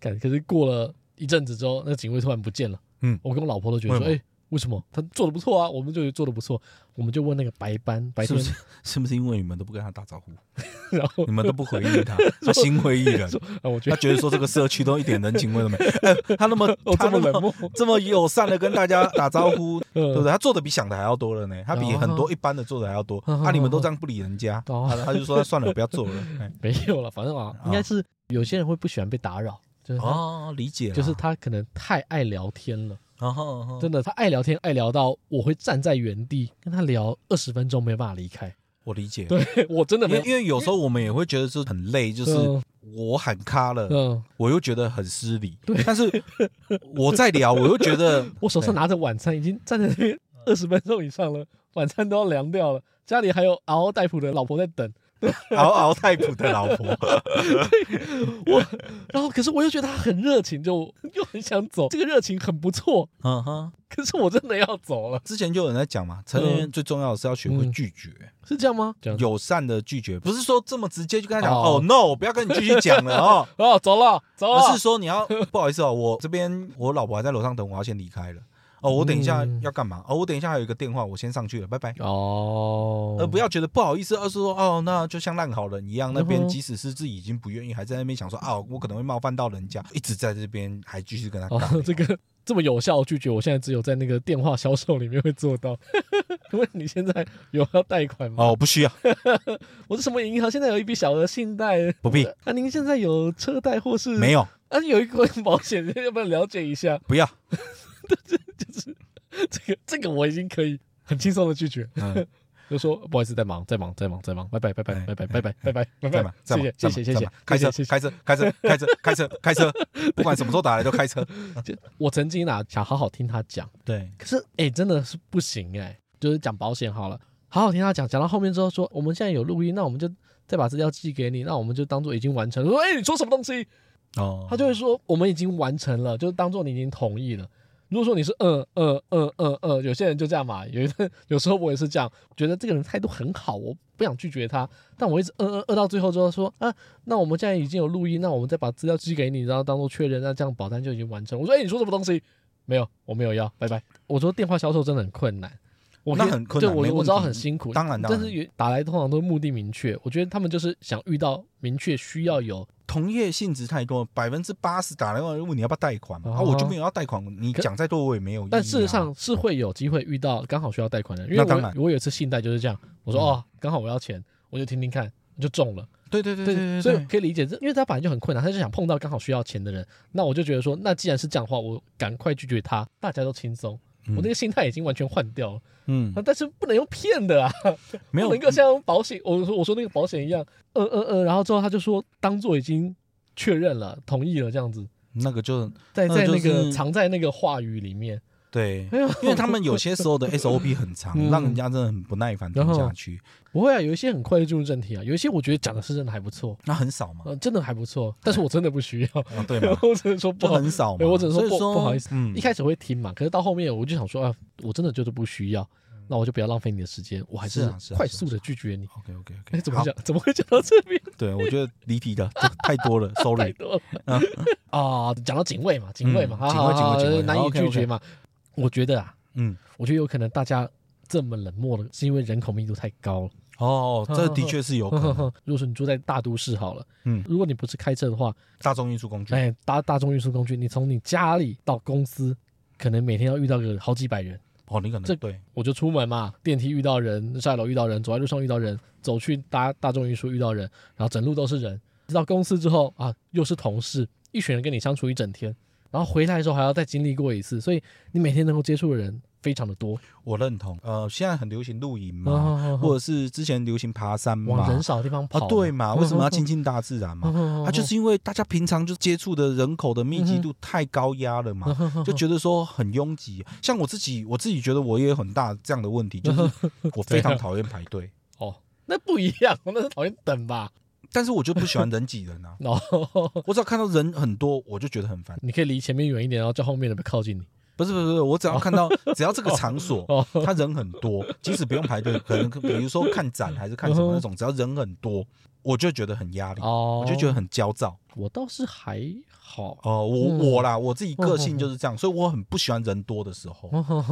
A: 感可是过了一阵子之后，那警卫突然不见了。
B: 嗯
A: 我跟我老婆都觉得说，
B: 为什么
A: 哎、为什么他做的不错啊？我们就觉得做的不错，我们就问那个白班白
B: 是
A: 天
B: 不，是是不是因为你们都不跟他打招呼，
A: 然后
B: 你们都不回 应他，他心灰意冷，
A: 啊，我觉
B: 他
A: 得
B: 觉得说这个社区都一点人情味都没， 哎他 那么
A: 我
B: 他
A: 哦这么
B: 那
A: 冷
B: 么
A: 漠，
B: 这么友善的跟大家打招呼，对不
A: 嗯，啊
B: 对？他做的比想的还要多了呢，他比很多一般的做的还要多。
A: 嗯
B: 啊，你们都这样不理人家，
A: 哦
B: 啊他就说算了，不要做了。 哎
A: 没有了，反正啊，
B: 啊
A: 应该是有些人会不喜欢被打扰，就是他
B: 哦，理解了，
A: 啊就是他可能太爱聊天了，
B: 哦，哦哦
A: 真的，他爱聊天爱聊到我会站在原地跟他聊二十分钟，没办法离 开。
B: 我理解。
A: 对我真的
B: 因
A: 没
B: 为
A: 有，
B: 因为有时候我们也会觉得是很累，就是
A: 嗯
B: 我喊卡了，
A: 嗯，
B: 我又觉得很失礼，但是我在聊，我又觉得
A: 我手上拿着晚餐，已经站在那边二十分钟以上了，晚餐都要凉掉了，家里还有嗷嗷待哺的老婆在等
B: 嗷嗷太普的老婆，
A: 我，然后可是我又觉得他很热情，就 又很想走，这个热情很不错，
B: 嗯哼，
A: 可是我真的要走了，
B: 之前就有人在讲嘛，成
A: 嗯
B: 年人最重要的是要学会拒绝，
A: 是这样吗？这样
B: 友善的拒绝，不是说这么直接就跟他讲
A: 哦，
B: 哦 no，我不要跟你继续讲了哦
A: 哦，走了，走了，
B: 而是说你要不好意思哦，我这边我老婆还在楼上等我，要先离开了。哦，我等一下
A: 嗯
B: 要干嘛？哦，我等一下还有一个电话，我先上去了，拜拜。
A: 哦，
B: 呃，不要觉得不好意思，而是说哦，那就像烂好人一样，那
A: 嗯
B: 边
A: 哼
B: 即使是自己已经不愿意，还在那边想说啊，我可能会冒犯到人家，一直在这边还继续跟他
A: 哦
B: 尬，
A: 这个这么有效的拒绝，我现在只有在那个电话销售里面会做到。 因为你现在有要贷款吗？
B: 哦，不需要，
A: 我是什么银行？现在有一笔小额信贷，
B: 不必
A: 啊，您现在有车贷或是
B: 没有，
A: 啊，有一个保险，要不要了解一下？
B: 不要，
A: 这个这个我已经可以很轻松的拒绝，
B: 嗯，
A: 就说不好意思，在忙，在忙，在忙，在忙，拜拜，拜拜，拜
B: 哎
A: 拜，拜拜，拜拜，拜
B: 在吗
A: 拜，？
B: 在
A: 谢
B: 吗
A: 谢？，
B: 在
A: 谢谢，
B: 吗
A: 谢
B: 在
A: 谢
B: 吗，开车，
A: 谢谢
B: 开车，开车，开车，开车，开车，不管什么时候打来都开车。
A: 谢谢。我曾经啊想好好听他讲，
B: 对，
A: 可是哎、真的是不行哎、就是讲保险好了，好好听他讲，讲到后面之后说，我们现在有录音，那我们就再把资料寄给你，那我们就当做已经完成了。说哎、你说什么东西？
B: 哦，
A: 他就会说我们已经完成了，就当做你已经同意了。如果说你是嗯嗯嗯嗯嗯，有些人就这样嘛，有一有时候我也是这样，觉得这个人态度很好，我不想拒绝他，但我一直嗯嗯嗯到最后之后说啊，那我们现在已经有录音，那我们再把资料寄给你，然后当做确认，那这样保单就已经完成。我说哎、你说什么东西？没有，我没有要，拜拜。我说电话销售真的很困难，我
B: 那
A: 可以
B: 很困
A: 对
B: 难没
A: 我
B: 问
A: 我知道
B: 题
A: 很辛苦，
B: 当然当
A: 但
B: 然
A: 是也打来通常都是目的明确，我觉得他们就是想遇到明确需要有
B: 同业性质太多，百分之八十打电话问你要不要贷款嘛，啊，
A: 哦
B: 我就没有要贷款，你
A: 可
B: 讲再多我也没有意义啊。
A: 但事实上是会有机会遇到刚好需要贷款的人，因为
B: 那当然嗯
A: 我我有一次信贷就是这样，我说、哦，刚好我要钱，我就听听看，就中了。
B: 对，嗯对对对对
A: 所以
B: 对
A: 我可以理解，这因为他本来就很困难，他就想碰到刚好需要钱的人。那我就觉得说，那既然是这样的话，我赶快拒绝他，大家都轻松。
B: 嗯
A: 我那个心态已经完全换掉了，
B: 嗯，
A: 但是不能用骗的啊，
B: 没有
A: 不能够像保险，我说我说那个保险一样，嗯嗯嗯，然后之后他就说当做已经确认了，同意了这样子，
B: 那个就
A: 在在
B: 那
A: 那
B: 就是
A: 个藏在那个话语里面，
B: 对
A: 哎呦，
B: 因为他们有些时 候的 SOP 很长，
A: 嗯
B: 让人家真的很不耐烦听
A: 然后
B: 下去，
A: 不会啊，有一些很快就进入正题啊，有一些我觉得讲的是真的还不错，
B: 那很少嘛，
A: 呃，真的还不错，但是我真的不需要，
B: 啊
A: ，
B: 哎对嗯嘛
A: 我只能说不
B: 就
A: 好。
B: 很少嘛，
A: 对我只能说
B: 所以
A: 不不好意思
B: 嗯
A: 一，开始会听嘛，可是到后面我就想说啊，我真的就是不需要，那我就不要浪费你的时间，我还
B: 嗯是啊是啊
A: 快速的拒绝你。
B: OK OK
A: 哎，
B: OK，
A: 怎么讲？ 怎么会讲到这边？
B: 对我觉得离题的这太多了
A: 太
B: ，sorry，
A: 多了 啊！讲到警卫嘛，警卫嘛，
B: 嗯
A: 好好
B: 警卫
A: 好
B: 警卫警卫
A: 难以
B: OK，OK
A: 拒绝嘛。我觉得啊，
B: 嗯，
A: 我觉得有可能大家这么冷漠的，是因为人口密度太高了。
B: 哦，这的确是有可能，
A: 如果说你住在大都市好了，
B: 嗯
A: 如果你不是开车的话，
B: 大众运输工具，
A: 哎，搭大众运输工具，你从你家里到公司，可能每天要遇到个好几百人。
B: 哦，你可
A: 这
B: 能对，
A: 我就出门嘛，电梯遇到人，下楼遇到人，走在路上遇到人，走去搭大众运输遇到人，然后整路都是人。到公司之后啊，又是同事，一群人跟你相处一整天，然后回来的时候还要再经历过一次，所以你每天能够接触的人非常的多，
B: 我认同，呃，现在很流行露营 嘛，
A: 哦
B: 或者是之前流行爬山嘛
A: 往，人少的地方跑、
B: 啊，对嘛，为什么要亲近大自然嘛？
A: 哦？
B: 啊，就是因为大家平常就接触的人口的密集度太高压了
A: 嗯
B: 嘛，就觉得说很拥挤。像我自己，我自己觉得我也有很大这样的问题， 就是
A: 啊
B: 我非常讨厌排队，
A: 哦，那不一样， 那是讨厌等吧？
B: 但是我就不喜欢人挤 人啊。
A: 哦，
B: 我只要看到人很多，我就觉得很烦。
A: 你可以离前面远一点，然后叫后面的靠近你。
B: 不是不是不是，我只要看到只要这个场所
A: 哦，
B: 他人很多，即使不用排队，可能比如说看展还是看什么那种，只要人很多，我就觉得很压力，
A: 嗯哦，
B: 我就觉得很焦躁。
A: 我倒是还好，
B: 哦，我
A: 嗯哦
B: 我啦，我自己个性就是这样，所以我很不喜欢人多的时候，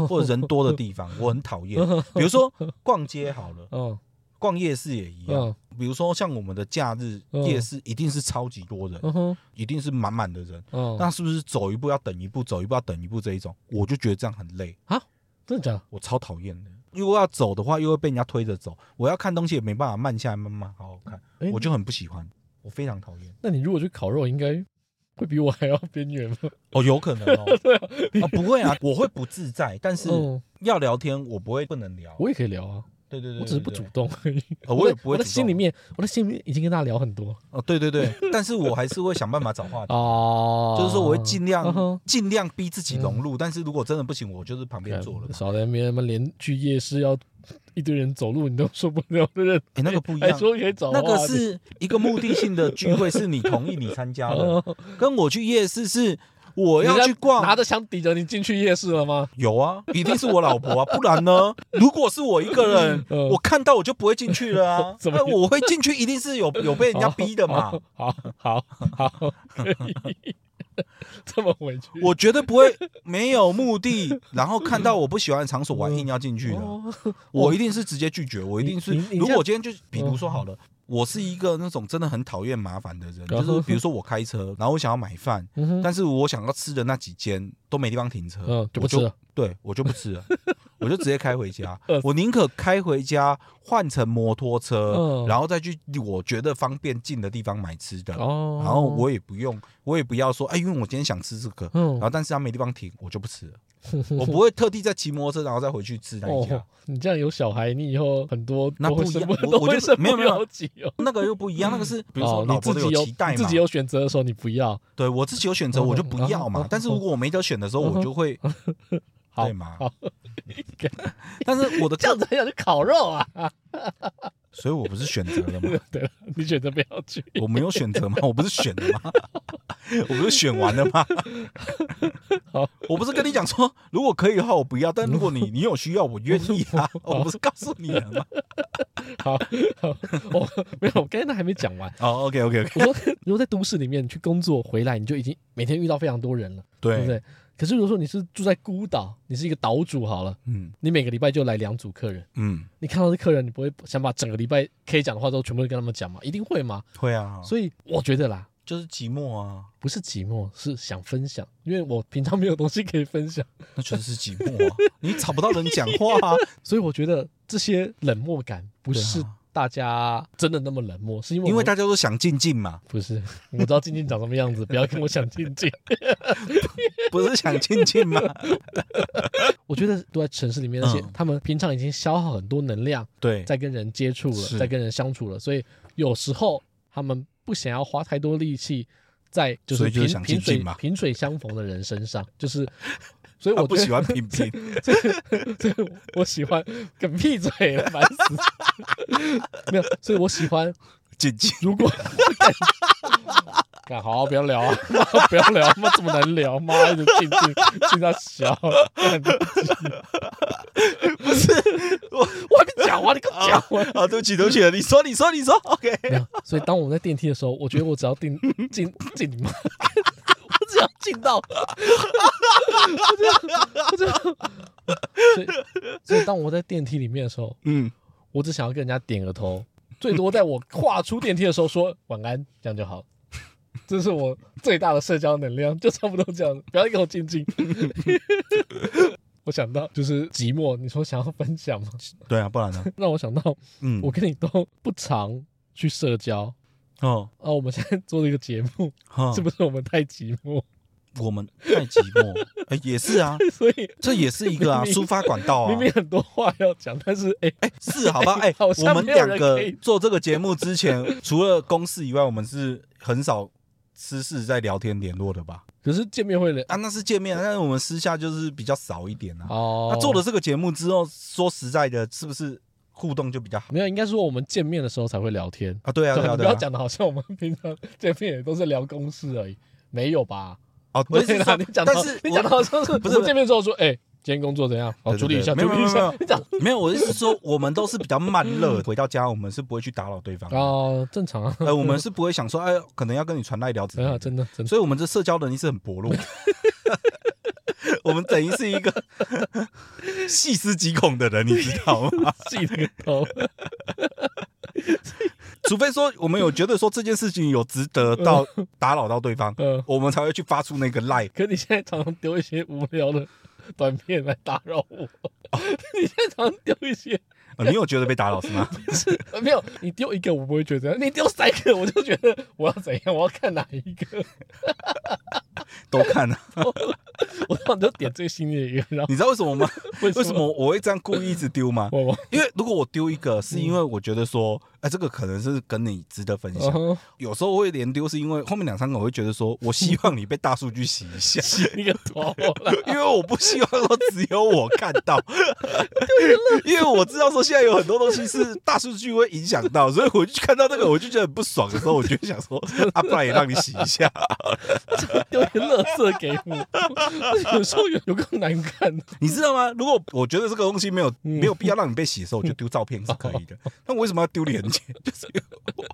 B: 或者人多的地方，我很讨厌。比如说逛街好了，
A: 嗯
B: 逛夜市也一样
A: 嗯。
B: 比如说像我们的假日
A: 嗯
B: 夜市，一定是超级多人，
A: 嗯哼
B: 一定是满满的人。
A: 嗯，
B: 那是不是走一步要等一步，走一步要等一步这一种？我就觉得这样很累，
A: 真的假的？
B: 我超讨厌的。如果要走的话，又会被人家推着走；我要看东西也没办法慢下来慢慢好好看，
A: 哎
B: 我就很不喜欢，我非常讨厌。
A: 那你如果去烤肉，应该会比我还要边缘吗？
B: 哦，有可能哦，
A: 对啊，
B: 啊，不会啊，我会不自在，但是
A: 嗯，
B: 要聊天，我不会不能聊。
A: 我也可以聊啊，
B: 对对对，
A: 我只是不主
B: 对
A: 动而已。
B: 呃我也不会
A: 我在
B: 主动
A: 心里面，我在心里面已经跟大家聊很多
B: 哦，对对对，但是我还是会想办法找话题，
A: 哦
B: 就是说我会尽
A: 嗯
B: 量
A: 哼嗯
B: 尽量逼自己融入，但是如果真的不行，我就是旁边坐了嘛。
A: 少在那边他妈连去夜市要一堆人走路，你都受不了的人，
B: 哎，那个不一
A: 还
B: 样，
A: 说可以找啊
B: 那个
A: 话题
B: 是一个目的性的聚会，是你同意你参加的，
A: 哦
B: 跟我去夜市是我要
A: 人家
B: 去逛，
A: 拿着枪抵着你进去夜市了吗？
B: 有啊，一定是我老婆啊，不然呢？如果是我一个人，
A: 嗯。
B: 我看到我就不会进去了啊
A: 怎么哦
B: 那我会进去，一定是有有被人家逼的嘛。
A: 好，好，好，好可以 这么委屈。
B: 我绝对不会没有目的，然后看到我不喜欢的场所，我还硬要进去的。
A: 哦
B: 我一定是直接拒绝，我一定是
A: 你你。你
B: 如
A: 这样
B: 果我今天就比如说好了，我是一个那种真的很讨厌麻烦的人，
A: 然
B: 就
A: 后
B: 是比如说我开车，然后我想要买饭，
A: 嗯哼
B: 但是我想要吃的那几间都没地方停车，
A: 嗯就不
B: 我
A: 吃了
B: 对我就不吃了，我就直接开回家
A: 饿。
B: 我宁可开回家换成摩托车，
A: 嗯
B: 然后再去我觉得方便近的地方买吃的。
A: 哦，
B: 然后我也不用，我也不要说，哎，因为我今天想吃这个，
A: 嗯
B: 然后但是他没地方停，我就 不吃了。我不会特地再骑摩托车，然后再回去吃那一家
A: 哦，，你这样有小孩，你以后很多
B: 那
A: 都会
B: 不一
A: 身
B: 样
A: 不
B: 我
A: 都
B: 我就
A: 会身
B: 没有
A: 不
B: 没有
A: 由己哦。
B: 那个又不一 样。那个是比如
A: 哦
B: 说，
A: 你
B: 老婆
A: 自
B: 的
A: 己
B: 期待
A: 你自
B: 嘛
A: 己，有选择的时候，你不要。
B: 对我自己有选择，我就不要
A: 嗯
B: 嘛
A: 哼。
B: 但是如果我没得选的时候，
A: 嗯哼
B: 我就会，
A: 好
B: 对嘛
A: 好，
B: 但是我 的
A: 这样子很想去烤肉啊！
B: 所以我不是选择了嘛，
A: 对了，你选择不要 去。
B: 我没有选择嘛，我不是选了吗？我不是选完了吗
A: 好？
B: 我不是跟你讲说，如果可以的话我不要，但如果你你有需要，我愿意啊，我不是告诉你了吗？
A: 好，好，我哦没有，我刚才那还没讲完。
B: 哦，OK OK OK，
A: 我说，如果在都市里面你去工作回来，你就已经每天遇到非常多人了，对不
B: 对，
A: 对？可是如果说你是住在孤岛，你是一个岛主好了，
B: 嗯
A: 你每个礼拜就来两组客人，
B: 嗯，
A: 你看到这客人，你不会想把整个礼拜可以讲的话都全部都跟他们讲吗？一定会吗？
B: 会啊，
A: 所以我觉得啦，
B: 就是寂寞啊，
A: 不是寂寞，是想分享，因为我平常没有东西可以分享，
B: 那就是寂寞啊，你找不到人讲话啊，
A: 所以我觉得这些冷漠感不
B: 对啊
A: 是大家真的那么冷漠，是因为
B: 因
A: 我
B: 为
A: 们
B: 大家都想静静嘛，
A: 不是，我知道静静长什么样子，不要跟我想静 静。
B: 不是想静静 吗？
A: 我觉得都在城市里面，那些
B: 嗯
A: 他们平常已经消耗很多能量
B: 对，
A: 在跟人接触了，
B: 是
A: 在跟人相处了，所以有时候他们不想要花太多力气在就
B: 所
A: 是
B: 以就是
A: 萍
B: 想
A: 萍
B: 静
A: 水
B: 静嘛
A: 萍水相逢的人身上，就是，所以
B: 他
A: 我
B: 不
A: 觉得
B: 喜欢平平，
A: 这个， 这个我喜欢，梗屁嘴了，烦死！ 没有，所以我喜欢。
B: 静静。
A: 如果 干好，不要聊啊，妈不要聊，妈这么难聊，妈一直静静静到小，干
B: 不是我，
A: 我还没讲完，你给我讲完。
B: 啊，对不起，对不起，你说，你说，你说，OK，
A: 没有，所以当我们在电梯的时候，我觉得我只要进进进你妈， 我只要进到， 我只要我只要，所以所以当我在电梯里面的时候，
B: 嗯，
A: 我只想要跟人家点个头，最多在我跨出电梯的时候说晚安，这样就好。这是我最大的社交能量，就差不多这样。不要给我静静。 我想到就是寂寞，你说想要分享吗？
B: 对啊，不然呢？
A: 让我想到
B: 嗯，
A: 我跟你都不常去社交
B: 哦，
A: 啊。我们现在做这个节目，
B: 哈
A: 是不是我们太寂寞？
B: 我们太寂寞，哎，也是啊，
A: 所以
B: 这也是一个啊，
A: 明
B: 抒发管道啊
A: 明，明很多话要讲，但是哎、
B: 是好吧？哎，
A: 好
B: 我
A: 像
B: 们
A: 没有
B: 两
A: 人
B: 个
A: 可以
B: 做这个节目之前，除了公事以外，我们是很少。私事在聊天联络的吧？
A: 可是见面会的
B: 啊，那是见面，但是我们私下就是比较少一点啊。
A: 哦，
B: 那做了这个节目之后，说实在的，是不是互动就比较好
A: 没有？应该说我们见面的时候才会聊天。
B: 啊？对啊，
A: 对啊
B: 对啊，
A: 你不
B: 对啊
A: 要。讲的好像我们平常见面也都是聊公事而已，没有吧？
B: 哦，
A: 对
B: 就是
A: 啦，
B: 说
A: 你讲到
B: 但是
A: 你
B: 我
A: 讲到上次
B: 不
A: 不
B: 是
A: 是见面之后说，哎，今天工作怎样？好，
B: 对对
A: 处理一下，
B: 对
A: 处
B: 没有
A: 理一
B: 没
A: 下
B: 有没有。
A: 你讲
B: 没有，我的意思是说，我们都是比较慢热，回到家我们是不会去打扰对方 的。
A: 哦，正常啊，
B: 呃，我们是不会想说，哎，可能要跟你传来聊之类
A: 没有
B: 的，
A: 真的真的。
B: 所以我们这社交能力是很 薄弱的。我们等于是一个细思极恐的人，你知 道吗？
A: 自己那个头，
B: 除非说我们有觉得说这件事情有值得到打扰到对方，
A: 嗯，
B: 我们才会去发出那个赖。
A: 可你现在常常丢一些无聊的短片来打扰我，
B: 哦
A: 你现在常常丢一些，
B: 呃你有觉得被打扰是吗？
A: 是呃没有你丢一个我不会觉得怎样，你丢三个我就觉得我要怎样，我要看哪一个，
B: 都看 啊，
A: 我通常都点最新的一个，然后
B: 你知道为什么吗？为
A: 为
B: 什
A: 什
B: 么我会这样故意一直丢吗？
A: 我我
B: 因为如果我丢一个，是因为我觉得说，哎、这个可能是跟你值得分享。
A: 嗯哼
B: 有时候会连丢，是因为后面两三个我会觉得说，我希望你被大数据洗一 下，
A: 你个头啦，
B: 因为我不希望说只有我看 到，因为我知道说现在有很多东西是大数据会影响到，所以我就看到那个我就觉得很不爽的时候，我就想 说，啊，不然也让你洗一下。
A: 丢点垃圾给我，有 时候有有够难看的，
B: 你知道吗？如果我觉得这个东西没有
A: 嗯
B: 没有必要让你被洗的时候，我就丢照片是可以 的。那我为什么要丢链接？ 就是因为我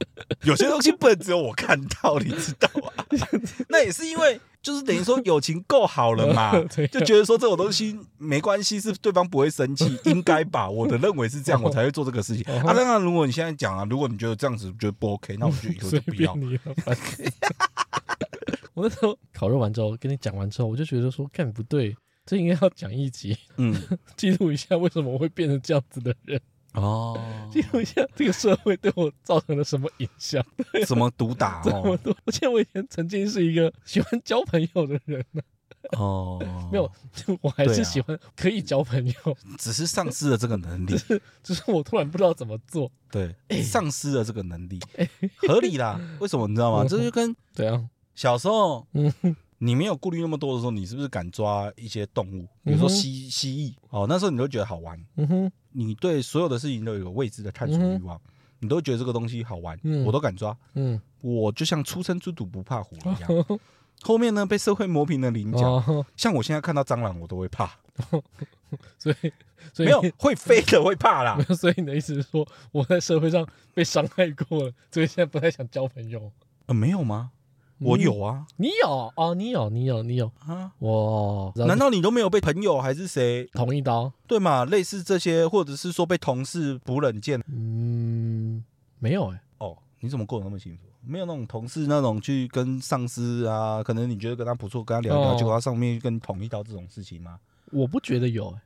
B: 有些东西不能只有我看到，你知道吗？ 那也是因为就是等于说友情够好了嘛
A: 对，啊
B: 就觉得说这种东西没关系，是对方不会生 气，应该吧？我的认为是这样，我才会做这个事情
A: 哦
B: 啊。当然，如果你现在讲啊，如果你觉得这样子觉得不 OK，那我就以后
A: 随
B: 就不
A: 便
B: 要。
A: 你了，反正 我那时候烤肉完之后跟你讲完之后，我就觉得说干不对，这应该要讲一集。
B: 嗯，
A: 记录一下为什么我会变成这样子的人，
B: 哦，
A: 记录一下这个社会对我造成了什么影响。
B: 什么毒 打
A: 这么
B: 哦
A: 多，而且我以前曾经是一个喜欢交朋友的人呢、
B: 哦，
A: 没有，， 我还
B: 对
A: 是
B: 啊
A: 喜欢可以交朋友，
B: 只是丧失了这个能力
A: 只。是 只是我突然不知道怎么做。
B: 对，
A: 哎
B: 丧失了这个能力，合 理啦。为什么你知道吗？
A: 嗯
B: 这就跟
A: 对啊，
B: 小时候
A: 嗯，
B: 你没有顾虑那么多的时候，你是不是敢抓一些动物，比如说
A: 嗯哼
B: 蜥蜥蜴？哦，那时候你都觉得好玩，
A: 嗯哼，
B: 你对所有的事情都有未知的探索欲望，你都觉得这个东西好玩，
A: 嗯
B: 我都敢抓。
A: 嗯，
B: 我就像初生之犊不怕虎一样， 后面呢被社会磨平了棱角。
A: 哦，
B: 像我现在看到蟑螂，我都会怕，
A: 所以所以
B: 没有会飞的会怕啦
A: 没。有，所以你的意思是说我在社会上被伤害过了，所以现在不太想交朋友。
B: 呃，没有吗？
A: 嗯
B: 我有啊
A: 你有哦，你有，你有，你有，
B: 啊！
A: 我
B: 难道你都没有被朋友还是谁
A: 同一刀？
B: 对嘛？类似这些，或者是说被同事不冷箭
A: 嗯，没有哎、
B: 哦，你怎么过得那么幸福？没有那种同事那种去跟上司啊，可能你觉得跟他不错，跟他聊一聊，
A: 哦
B: 结果他上面跟你捅一刀这种事情吗？
A: 我不觉得有、欸，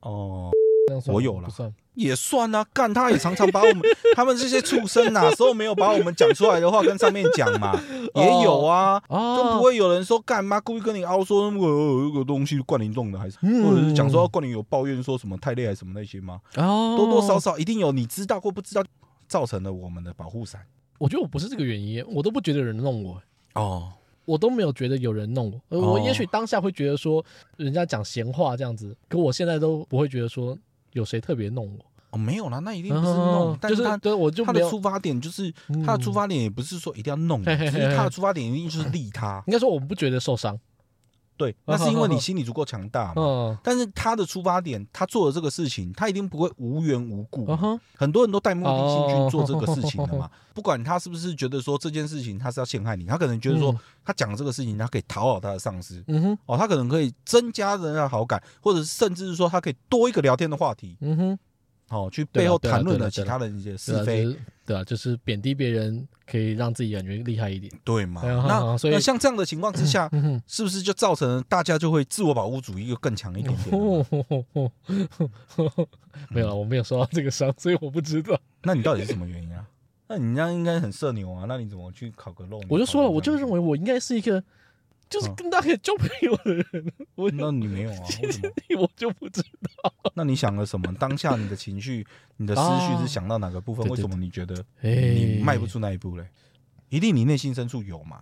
B: 哦，
A: 这样算
B: 我
A: 吗
B: 有啦
A: 不算。
B: 也算啊，干他也常常把我们 他们这些畜生啊哪时候没有把我们讲出来的话跟上面讲 嘛，也有啊。
A: 哦，
B: 就不会有人说干妈故意跟你凹说我有一个东西冠霖弄的，还是
A: 嗯
B: 或者是讲说冠霖有抱怨说什么太累还是什么那些吗？
A: 哦，
B: 多多少，少一定有你知道或不知道造成了我们的保护伞。
A: 我觉得我不是这个原因，我都不觉得有人弄我，哎
B: 哦，
A: 我都没有觉得有人弄我。呃
B: 哦
A: 我也许当下会觉得说人家讲闲话这样子，可我现在都不会觉得说有谁特别弄我，
B: 哦，没有啦，那一定不是弄，
A: 哦
B: 但
A: 就是
B: 他
A: 是对我就
B: 他
A: 没
B: 的
A: 有
B: 出。发点就是
A: 嗯
B: 他的出发点也不是说一定要弄你，
A: 嘿嘿嘿
B: 只是他的出发点一定就是利他。
A: 应该说我们不觉得受伤，
B: 对，那
A: 嗯
B: 是因为你心理足够强大嘛。
A: 嗯，
B: 但是他的出发点，他做了这个事情，他一定不会无缘无故。
A: 啊哈，
B: 很多人都带目的
A: 哦
B: 性去做这个事情 的嘛，不管他是不是觉得说这件事情他是要陷害你，他可能觉得说
A: 嗯
B: 他讲这个事情，他可以讨好他的上司，
A: 嗯哼，
B: 哦，他可能可以增加人家的好感，或者是甚至是说他可以多一个聊天的话题，
A: 嗯哼，
B: 哦，去
A: 对
B: 背
A: 啦
B: 后
A: 对啦
B: 谈论
A: 对
B: 了
A: 啦
B: 其
A: 对啦
B: 他人一些
A: 对
B: 是
A: 啊，
B: 非
A: 就，是对啊，就是贬低别人可以让自己感觉厉害一点，
B: 对嘛？
A: 哎呀好
B: 那
A: 好所以
B: 那像这样的情况之下，
A: 嗯哼。
B: 是不是就造成了大家就会自我保护主义又更强一点点
A: 哦
B: 了 嘛？
A: 没有了，我没有受到这个伤，所以我不知道。
B: 那你到底是什么原因啊？那你那应该很社牛啊，那你怎么去烤个肉？
A: 我就说了，我就认
B: 认为，
A: 为我应该是一个就是
B: 嗯
A: 跟大家交朋友的人， 我
B: 那你没有啊？为什么？
A: 我就不知道。
B: 那你想了什么？当下你的情绪、你的思绪是想到哪个部分？
A: 哦
B: 为什么你觉得
A: 哎
B: 你迈不出那一步嘞？一定你内心深处有嘛？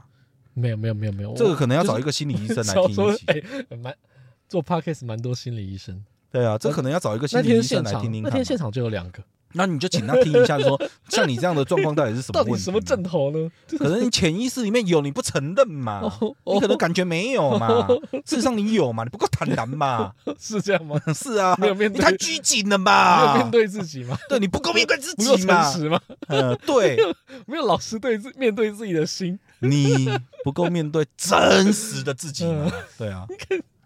A: 没有没有没有没有，
B: 这个可能要
A: 哦就是
B: 找一个心理医生 来
A: 小时
B: 听
A: 候
B: 一集。
A: 哎，蛮做 podcast 蛮多心理医生，
B: 对啊，这可能要找一个心
A: 那
B: 理医
A: 天
B: 生
A: 现
B: 来
A: 场
B: 听听
A: 那
B: 看嘛
A: 天。现场就有两个，
B: 那你就请他听一 下说像你这样的状况到底是什么
A: 到
B: 问题
A: 底
B: 嘛？
A: 什么 阵头呢？
B: 可能你潜意识里面有，你不承认嘛？
A: 哦哦
B: 你可能感觉没 有嘛？事实上你有嘛？你不够坦然嘛？
A: 是这样吗？
B: 是啊，
A: 没有面对
B: 你太拘谨了
A: 没有
B: 嘛？
A: 面对自己吗？
B: 对，你不够面对自
A: 不够
B: 己
A: 诚
B: 啊嘛？
A: 实吗？
B: 嗯，对，
A: 没有老实对自面对自己的心，
B: 你不够面对真实的自己 嘛？
A: 嗯
B: 对啊，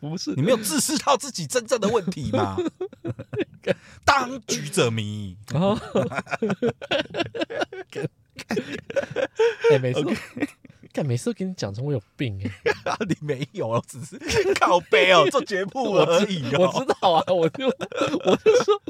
A: 不是
B: 你没有自视到自己真正的问 题嘛？当局者迷，
A: 哦，哎，每次都，干每次都跟你讲成我有病哎，
B: 啊你没有，我只是靠背哦，做节目而已
A: 我知
B: 哦。
A: 道啊，我就我就说，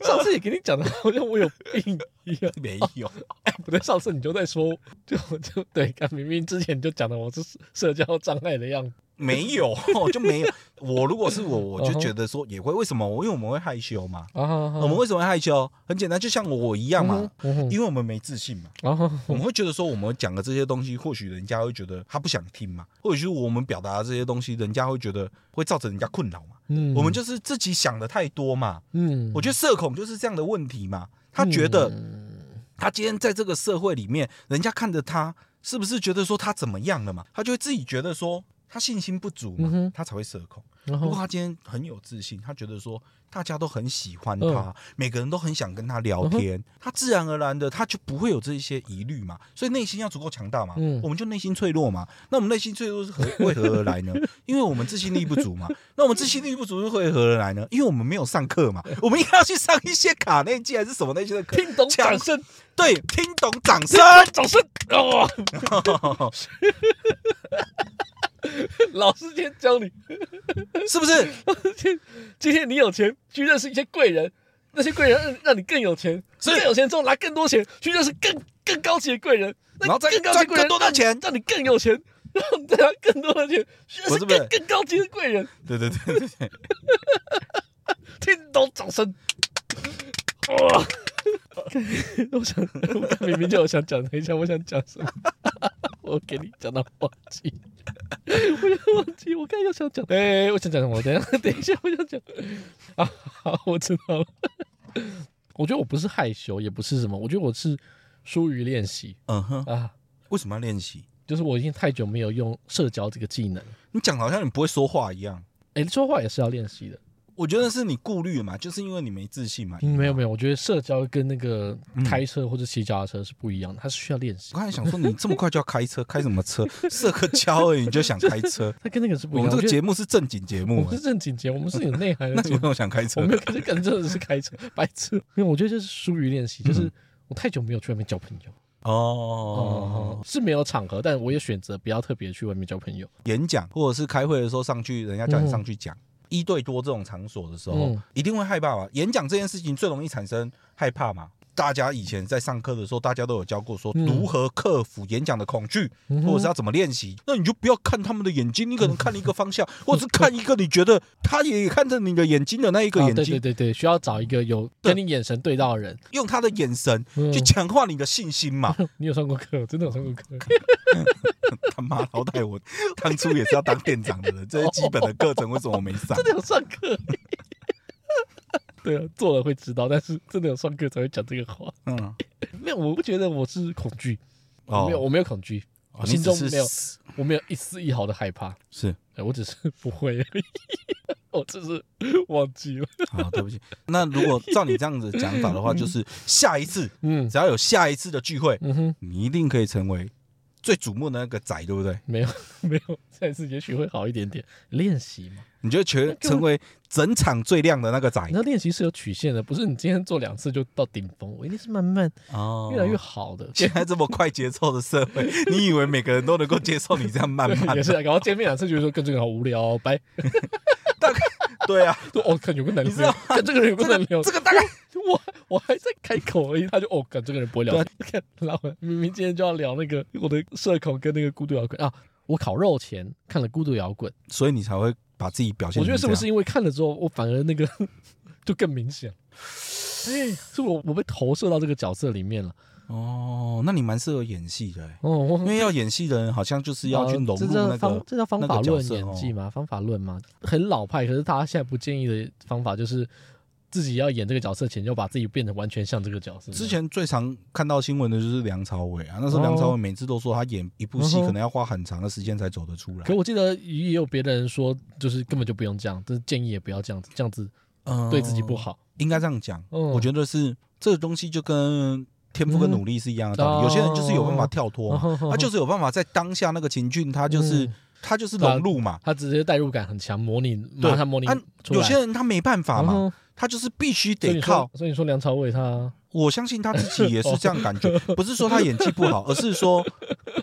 A: 上次也给你讲的好像我有病一样，
B: 没有，
A: 哎，不对，上次你就在说，就就对，干明明之前就讲的我是社交障碍的样子，
B: 没有，哦就没有。我如果是我，我
A: 嗯
B: 就
A: 哼
B: 觉得说也会，为什么？因为我们会害羞嘛。
A: 啊，
B: 我们为什么会害羞？很简单，就像我一样嘛，
A: 嗯哼，嗯啊
B: 因为我们没自信嘛。
A: 然后
B: 我们会觉得说，我们讲的这些东西，或许人家会觉得他不想听嘛，或者是我们表达的这些东西，人家会觉得会造成人家困扰嘛。
A: 嗯，
B: 我们就是自己想的太多嘛。
A: 嗯，
B: 我觉得社恐就是这样的问题嘛。他觉得
A: 嗯
B: 他今天在这个社会里面，人家看着他，是不是觉得说他怎么样了嘛？他就会自己觉得说他信心不足
A: 嗯哼
B: 嘛，他才会社恐。
A: 然
B: 如果
A: 后
B: 他今天很有自信，他觉得说大家都很喜欢
A: 嗯
B: 他，每个人都很想跟他聊天，他自然而然的他就不会有这些疑虑嘛。所以内心要足够强大嘛，
A: 嗯
B: 我们就内心脆弱嘛。那我们内心脆弱是何为何而来呢？因为我们自信力不足嘛。那我们自信力不足是为何而来呢？因为我们没有上课嘛，我们应该要去上一些卡内基还是什么那些的课。
A: 听懂
B: 强
A: 掌声，
B: 对，听懂掌声。
A: 掌声哦， 老师先教你，
B: 是不是？
A: 今今天你有钱，去认识一些贵人，那些贵人让让你更有钱，
B: 是
A: 更有钱之后拿更多钱去认识更更高级的贵人，那
B: 然后再
A: 更高级
B: 赚
A: 贵人
B: 更多的
A: 让你
B: 钱
A: 让你更有钱，然后再拿更多的钱去认
B: 不
A: 识
B: 是不是
A: 更更高级的贵人，
B: 对对对对对，
A: 听懂掌声。哇！我想，我明明就有想讲，等一下我想讲什么，我给你讲到忘记，我想忘记，我刚才又想讲，哎、我想讲什么？等一下，等一下，我想讲啊，好，我知道了。我觉得我不是害羞，也不是什么，我觉得我是疏于练习
B: 嗯哼，
A: 啊，
B: 为什么要练习？
A: 就是我已经太久没有用社交这个技能。
B: 你讲得好像你不会说话一样。
A: 哎、说话也是要练习的。
B: 我觉得是你顾虑嘛，就是因为你没自信嘛。
A: 嗯，没有
B: 嘛
A: 没有，我觉得社交跟那个
B: 嗯
A: 开车或者骑脚踏车是不一样的，它是需要练习？
B: 我，刚才想说，你这么快就要开车，开什么车？射个胶而已，你就想开车
A: 它跟那个 是不
B: 我
A: 一
B: 们
A: 样。
B: 这个节
A: 目，
B: 目是正经节
A: 我
B: 目
A: 们，是正经节目，我们是有内涵的
B: 哎 那
A: 节
B: 你有
A: 目。
B: 没有想开车
A: 我？没有开车，可能真的是开 车，白痴。因为我觉得这是疏于练习，就是我太久没有去外面交朋友。
B: 嗯哦，
A: 是没有场合，但我也选择不要特别去外面交朋友。
B: 演讲或者是开会的时候上去，人家叫
A: 嗯
B: 你上去讲。一对多这种场所的时候
A: 嗯，
B: 一定会害怕嘛。演讲这件事情最容易产生害怕嘛。大家以前在上课的时候，大家都有教过说
A: 嗯
B: 如何克服演讲的恐惧，
A: 嗯哼
B: 或者是要怎么练习。那你就不要看他们的眼睛，你可能看一个方向，或者是看一个你觉得他也看着你的眼睛的那一个
A: 啊
B: 眼
A: 对
B: 睛嗯
A: 对，对对，需要找一个有跟你眼神对到的人。
B: 用他的眼神
A: 嗯
B: 去强化你的信心嘛。
A: 你有上过课？真的有上 过课？
B: 他妈好歹我当初也是要当店长的人，这些基本的课程为什么我没上
A: 真？的有上课？ 对啊，做了会知道，但是真的有上课才会讲这个话。
B: 嗯，
A: 没有，我不觉得我是恐惧，
B: 哦
A: 我 没有，我没有恐惧，我
B: 你
A: 心中
B: 只是
A: 没有，我没有一丝一毫的害怕，
B: 是
A: 哎，我只是不会 而已，我只是忘记了。
B: 好，啊对不起。那如果照你这样子讲法的话，就是下一次
A: 嗯
B: 只要有下一次的聚会，
A: 嗯哼，
B: 你一定可以成为最瞩目的那个仔，对不对？
A: 没有 没有，下一次也许会好一点点。练习嘛，
B: 你就全成为整场最亮的那个仔
A: 你知道练习是有曲线的，不是你今天做两次就到顶峰，我一定是慢慢
B: 哦
A: 越来越好的。
B: 现在这么快节奏的社 会，你以为每个人都能够接受你这样慢慢
A: 也
B: 的？
A: 是啊，然后见面两次就说跟这个人好无聊、哦，拜。
B: 大概对 啊，
A: 说哦，看有个难
B: 你知道
A: 聊，看这个人有个难聊
B: 这。个大概
A: 我我还在开口而已，他就哦，看这个人不会聊
B: 对
A: 天。看，然后明明今天就要聊那个我的社恐跟那个孤独摇滚啊。我烤肉前看了《孤独摇滚》，
B: 所以你才会把自己表现。
A: 我觉得是不是？因为看了之后，我反而那个 就更明显了？哎，是我我被投射到这个角色里面了。
B: 哦，那你蛮适合演戏的欸、
A: 哦，我呃
B: 因为要演戏的人好像就是要去融
A: 哦这
B: 入
A: 叫
B: 那
A: 方
B: 个，
A: 这叫方法
B: 那个角
A: 论
B: 色
A: 演技
B: 哦
A: 吗？方法论吗？很老派，可是大家现在不建议的方法就是自己要演这个角色前，就把自己变得完全像这个角色。
B: 之前最常看到新闻的就是梁朝伟啊，那时候梁朝伟每次都说他演一部
A: 嗯
B: 戏
A: 嗯哼
B: 可能要花很长的时间才走得出来
A: 可。我记得也有别的人说，就是根本就不用这样，就是建议也不要这样子，这样子
B: 嗯
A: 对自己不，好。
B: 应该这样讲。
A: 嗯
B: 我觉得是这个东西就跟天赋跟努力是一样的道
A: 嗯
B: 理。有些人就是有办法跳脱嘛，
A: 哦
B: 他就是有办法在当下那个情境，他就是
A: 嗯
B: 他就是融入嘛。
A: 他直接代入感很强，模拟马上模拟
B: 啊
A: 出来。
B: 有些人他没办法嘛，
A: 嗯哼
B: 他就是必须
A: 所以
B: 得
A: 你
B: 靠
A: 说。，所以你说梁朝伟他
B: 我相信他自己也是这样感 觉，不是说他演技不好，而是说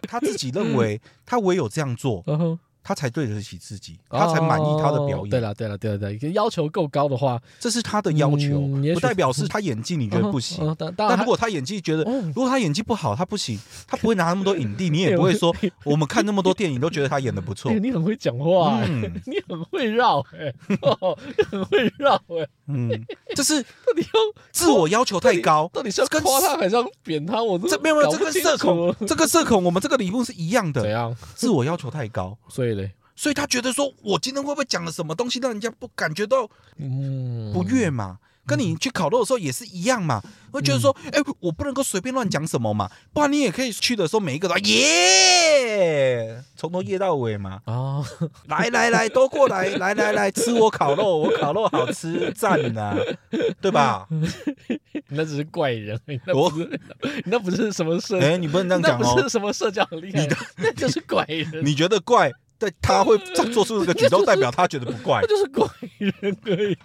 B: 他自己认为他唯有这样做，
A: 嗯哼，
B: 他才对得起自己，他才满意他的表
A: 哦对
B: 演，
A: 了，对了，对了，对了，要求够高的话，
B: 这是他的要求
A: 嗯也，许
B: 不代表是他演技你觉得不
A: 嗯
B: 行。
A: 哼。嗯当当
B: 但
A: 然
B: 如果他演技觉得，
A: 哦
B: 如果他演技不好，他不 行，他不会拿那么多影帝，你也不会说我们看那么多电影都觉得他演的不错
A: 哎。你很会讲话、哎
B: 嗯
A: 你很会绕、哎，哦，你很会绕、哎，
B: 嗯，这是
A: 到底要
B: 自我要求太 高，
A: 到底是要
B: 跟
A: 夸他还是要贬他？我都
B: 这没有没有，
A: 搞
B: 这
A: 不
B: 跟
A: 清
B: 社
A: 楚
B: 恐，这跟社恐，我们这个理论是一样
A: 怎
B: 的，
A: 样？
B: 自我要求太高，
A: 所以嘞，
B: 所以他觉得说我今天会不会讲了什么东西让人家不感觉到
A: 嗯，
B: 不悦嘛？跟你去烤肉的时候也是一样嘛，会觉得说，哎、我不能够随便乱讲什么嘛，不然你也可以去的时候每一个都啊耶，从头耶到尾嘛。
A: 啊，
B: 来来来，都过来，来来来，吃我烤肉，我烤肉好吃，赞呐、对吧？
A: 你那只是怪人，你那
B: 我
A: 不是，你那不是什么社，
B: 哎、你不能这样
A: 那
B: 讲
A: 不
B: 哦
A: 是，什么社交很厉害，那就是怪人，
B: 你觉得怪，但他会做出这个举 动，代表他觉得不怪
A: 那，就是怪人而已。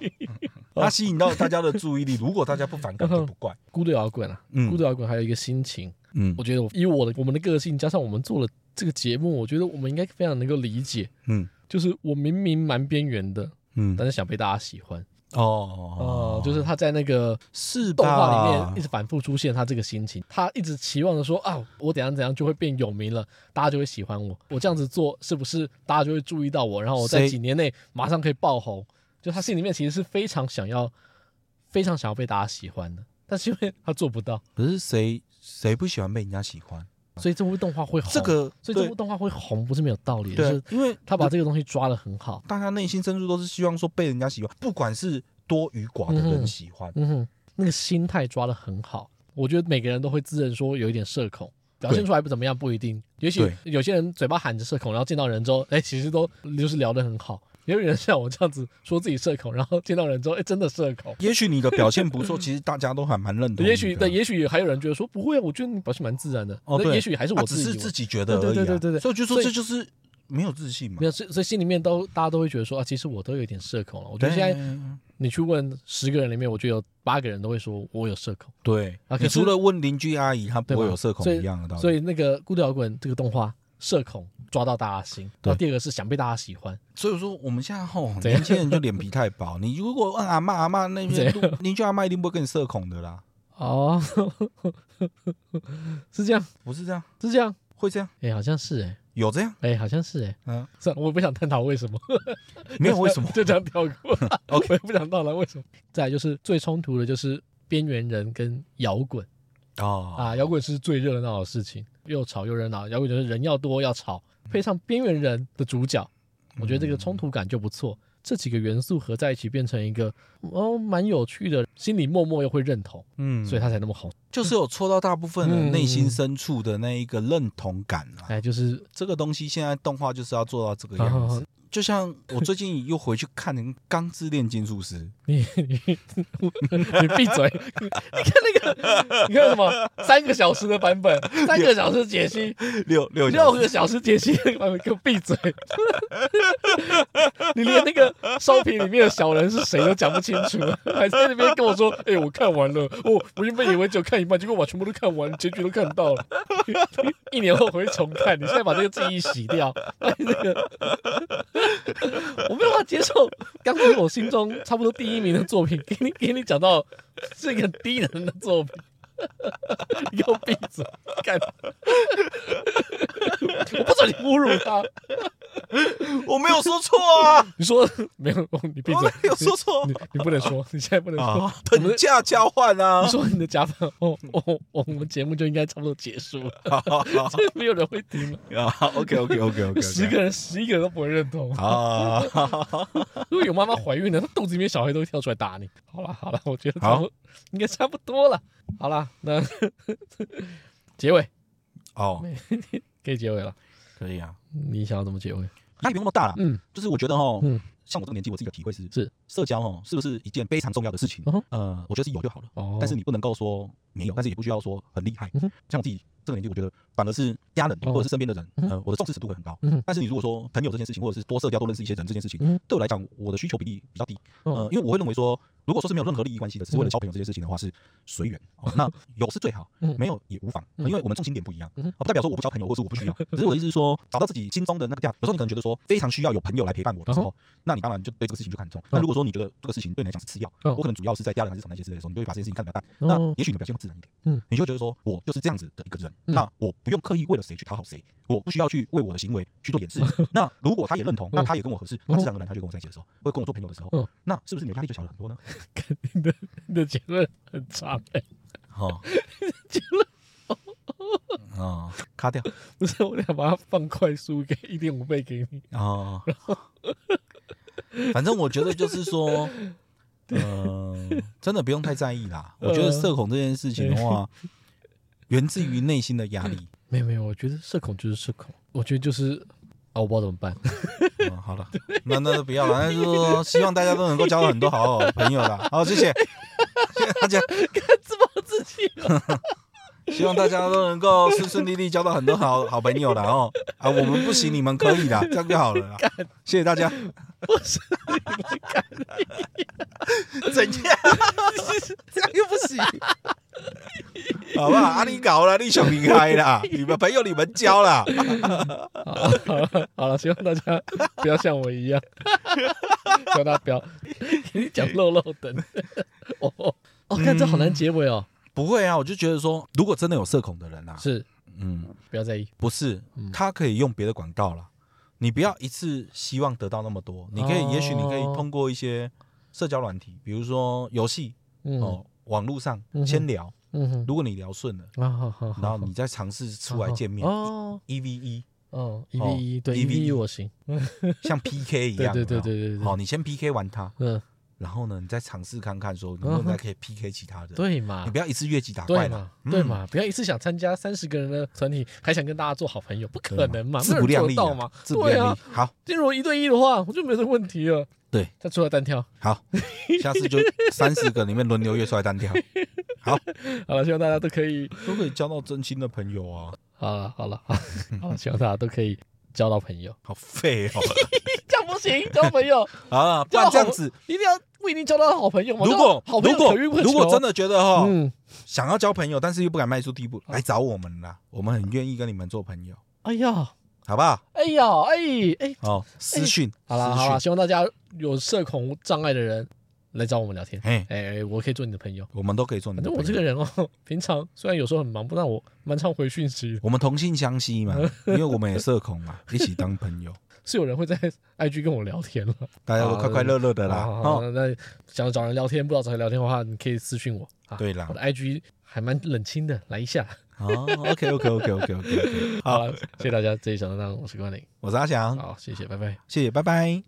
B: 他吸引到大家的注意力。如果大家不反感，就不怪。
A: 孤独摇滚啊，
B: 嗯
A: 孤独摇滚还有一个心情，
B: 嗯
A: 我觉得我以我的我们的个性，加上我们做了这个节目，我觉得我们应该非常能够理解，
B: 嗯
A: 就是我明明蛮边缘的，
B: 嗯，
A: 但是想被大家喜欢哦
B: 哦，
A: 就是他在那个
B: 是吧
A: 动画里面一直反复出现他这个心情，他一直期望着说啊，我怎样怎样就会变有名了，大家就会喜欢我，我这样子做是不是大家就会注意到我，然后我在
B: 谁
A: 几年内马上可以爆红？就他心里面其实是非常想要，非常想要被大家喜欢的，但是因为他做不到，
B: 可是谁谁不喜欢被人家喜欢？哦
A: 所以这部动画会红。
B: 这，个
A: 所以这
B: 对
A: 部动画会红不是没有道理，就
B: 对
A: 是，
B: 因为
A: 他把这个东西抓得很好。
B: 大家内心深处都是希望说被人家喜欢，不管是多与寡的
A: 嗯哼
B: 人喜欢。
A: 嗯哼，那个心态抓得很好。我觉得每个人都会自认说有一点社恐，表现出来不怎么样不一定。也许
B: 对
A: 有些人嘴巴喊着社恐，然后见到人之后，哎，其实都就是聊得很好。也有人像我这样子说自己社恐，然后见到人之后，哎，真的社恐。
B: 也许你的表现 不错，其实大家都还蛮认同你的。
A: 也许对，也许还有人觉得说不会啊，我觉得你表现蛮自然的。
B: 哦
A: 那
B: 对
A: 也许还是
B: 他
A: 我
B: 只
A: 自己以为，
B: 是自己觉得而已、
A: 对
B: 啊。
A: 对对对对
B: 所以我就说
A: 所以
B: 这就是没有自信嘛
A: 没。有，所以所以心里面都大家都会觉得说啊，其实我都有点社恐了。我觉得
B: 对
A: 现在你去问十个人里面，我觉得有八个人都会说我有社恐。
B: 对
A: 啊，可
B: 你
A: 是
B: 除了问邻居阿姨，她
A: 对
B: 不
A: 吧
B: 会有社恐
A: 所以
B: 一样的道理。
A: 所
B: 以
A: 以那个《孤独摇滚》这个动画社恐抓到大家心，
B: 对
A: 然后第二个是想被大家喜欢，
B: 所以说我们现在吼
A: 怎样
B: 年轻人就脸皮太薄。 你如果问阿妈阿妈那边
A: 怎
B: 路邻居阿妈一定不会跟你社恐的啦，
A: 哦，是这样，
B: 不是这样，
A: 是这样，
B: 会这样
A: 哎、好像是哎、
B: 有 这样
A: 哎、好像是哎、
B: 嗯，
A: 算了，我也不想探讨为什么，
B: 没有为什 么
A: 就这样跳过
B: OK
A: 我也不想探讨为什么。再来就是最冲突的就是边缘人跟摇滚
B: 哦，
A: 啊，摇滚是最热闹的事情，又吵又热闹，摇滚就是人要多要吵，配上边缘人的主角，我觉得这个冲突感就不错。这几个元素合在一起，变成一个哦蛮有趣的，心里默默又会认同，
B: 嗯
A: 所以他才那么红。
B: 就是有戳到大部分人
A: 嗯
B: 内心深处的那一个认同感啊。
A: 哎，就是
B: 这个东西现在动画就是要做到这个样
A: 啊好好好
B: 子。就像我最近又回去看《钢之炼金术师》，
A: 你你你闭嘴！你看那个，你看什么三个小时的版本，三个小时解析，
B: 六 六
A: 六个小时解析那个版本，给我闭嘴！ 你连那个烧瓶里面的小人是谁都讲不清楚， 还在那边跟我说：“哎、我看完了，哦，我原本以为只有看一半，结果我全部都看完，结局都看到了。 一年后我会重看，你现在把这个记忆洗掉， 哎，那个我没有办法接受，刚是我心中差不多第一名的作品，给你给你讲到是一个低能的作品。” 你给我闭嘴！干，我不准你侮辱他。
B: 我没有说错啊，
A: 你说没有？你 闭
B: 我
A: 嘴！
B: 没有说错
A: 你你不能 说，你现在不能说。
B: 啊，等价交换啊
A: 你， 说你的假发，哦哦，我们节目就应该差不多结束 了，
B: 好好好
A: 这没有人会听了，
B: 啊，OK OK OK OK，
A: 十个人十一个人都不会认 同。
B: 啊，好好好
A: 如果有妈妈怀孕了，她肚子里面小孩都会跳出来打你。好了好了，我觉得
B: 好
A: 差不应该差不多了。好了，那 结尾
B: 哦，
A: 可以结尾了。
B: 可以啊，
A: 你想要怎么结尾？
B: 压力不用那么大啦，
A: 嗯，
B: 就是我觉得哦，
A: 嗯
B: 像我这个年纪，我自己的体会是，
A: 是
B: 社交哦，是不是一件非常重要的事情
A: 嗯哼？
B: 呃，我觉得是有就好了，
A: 哦，
B: 但是你不能够说没有，但是也不需要说很厉害
A: 嗯哼。
B: 像我自己这个年纪，我觉得反而是家人
A: 哦
B: 或者是身边的人，
A: 嗯
B: 呃，我的重视程度会很高
A: 嗯哼。
B: 但是你如果说朋友这件事情，或者是多社交、多认识一些人这件事情
A: 嗯，
B: 对我来讲，我的需求比例比较低。
A: 哦
B: 呃，因为我会认为说，如果说是没有任何利益关系的，只是为了交朋友这件事情的话，是随缘。哦那有是最好
A: 嗯，
B: 没有也无妨，
A: 嗯
B: 因为我们重心点不一样，
A: 嗯哼
B: 哦不代表说我不交朋友，或是 我不需要。只是我的意思是说，找到自己心中的那个价值。有时候你可能觉得说非常需要有朋友来陪伴我的时
A: 嗯
B: 候，那你当然就对这个事情就看重。那如果说你觉得这个事情对你来讲是次要，
A: 嗯
B: 我可能主要是在家人还是什么那些之类的时候，你就会把这件事情看得比较淡。
A: 哦
B: 那也许你的表现会自然一点，
A: 嗯，
B: 你就会觉得说我就是这样子的一个人，
A: 嗯
B: 那我不用刻意为了谁去讨好谁，我不需要去为我的行为去做掩饰。
A: 嗯
B: 那如果他也认同，那他也跟我合适，那自然而然他就跟我在一起的时候，会跟我做朋友的时候
A: 嗯，
B: 那是不是你的压力就小了很多呢？
A: 肯定的，你的结论很差、欸。
B: 哦，
A: 结论
B: 哦， 卡掉
A: 不是，我想把它放快速给一点五倍给你。
B: 哦。反正我觉得就是说，嗯，真的不用太在意啦。我觉得社恐这件事情的话，源自于内心的压力。
A: 没有没有，我觉得社恐就是社恐，我觉得就是啊，我不知道怎么 办。
B: 嗯，好了，那那就不要了。那就是说，希望大家都能够交到很多好好朋友啦。好，谢谢，谢谢大家。
A: 自暴自弃了。
B: 希望大家都能够顺顺利利交到很多好好朋友啦。哦。啊，我们不行，你们可以 啦，这样就好了啦。谢谢大家。
A: 不是你们干
B: 怎样？这样又不行，好不好？啊，你搞了，你想离开啦，你们朋友你们交啦。
A: 好好了 好了，希望大家不要像我一样， 希望大家不要给你讲漏漏等。 哦哦，哦，
B: 嗯
A: 看这好难结尾哦，
B: 不会啊，我就觉得说，如果真的有社恐的人啊，
A: 是
B: 嗯，
A: 不要在意。
B: 不是，
A: 嗯
B: 他可以用别的管道啦。你不要一次希望得到那么多，你可以，
A: 哦
B: 也许你可以通过一些社交软体，比如说游戏
A: 嗯
B: 哦，网络上
A: 嗯哼
B: 先聊。
A: 嗯哼，
B: 如果你聊顺了，
A: 啊好好好，
B: 然后你再尝试出来见面
A: 哦
B: 一 v 一，
A: 哦，一 v 一对一 v
B: EVE
A: 一我行，
B: 像 PK 一样。
A: 对对
B: 有没
A: 对
B: 有
A: 对对对
B: 好，你先 PK 完他，
A: 嗯，
B: 然后呢，你再尝试看看，说能不能再可以 PK 其他人。，
A: 对嘛
B: 你不。要一次越级打
A: 对
B: 怪啦
A: 嘛，，对
B: 嗯，
A: 嘛，不要一次想参加三十个人的团体，还想跟大家做好朋友，不可能嘛，
B: 嗯自不量
A: 没
B: 力
A: 有人做得到嘛
B: 啊，，自不
A: 对
B: 量
A: 啊
B: 力。，好，
A: 进入一对一的话，我就没有这个问题了。
B: 对，
A: 他除了单挑，
B: 好，下次就三十个里面轮流约出来 单挑。好，
A: 好了，希望大家都可以，
B: 都可以交到真心的朋友啊，
A: 好了，好了， 好了，好了，希望大家都可以交到朋友。
B: 好废哦。
A: 这样不行，交朋友
B: 啊，不然这样子，
A: 一定要不一定交到好朋友嘛。
B: 如
A: 这
B: 果
A: 种好朋
B: 如
A: 友
B: 果
A: 可遇不可求
B: 如果真，的觉得哈
A: 嗯，
B: 想要交朋友，但是又不敢迈出第一步，来找我们啦，我们很愿意跟你们做朋友，
A: 哎呀，
B: 好不好？
A: 哎呀，哎哎，
B: 哦，私讯，
A: 好了
B: 私
A: 好了，
B: 讯，
A: 希望大家有社恐障碍的人来找我们聊天。
B: 嘿，
A: 哎，我可以做你的朋友。
B: 我们都可以做你
A: 反
B: 的
A: 正
B: 朋
A: 我这
B: 友
A: 个。人哦， 平常虽然有时候很忙，不但我蛮常回讯息的，
B: 我们同性相吸 嘛，因为我们也社恐嘛，一起当朋友，
A: 是有人会在 IG 跟我聊天了。
B: 大家都快快乐乐的啦。
A: 好好好
B: 哦，
A: 那那想找人聊天，不知道找谁聊天的话，你可以私信我啊。
B: 对啦
A: 我的 IG 还蛮冷清的，来一下。啊
B: 哦，OK OK OK OK OK，
A: 好了，谢谢大家，这一小时当中我是关林，
B: 我是阿翔，
A: 好，谢谢，拜拜。
B: 谢谢，拜拜。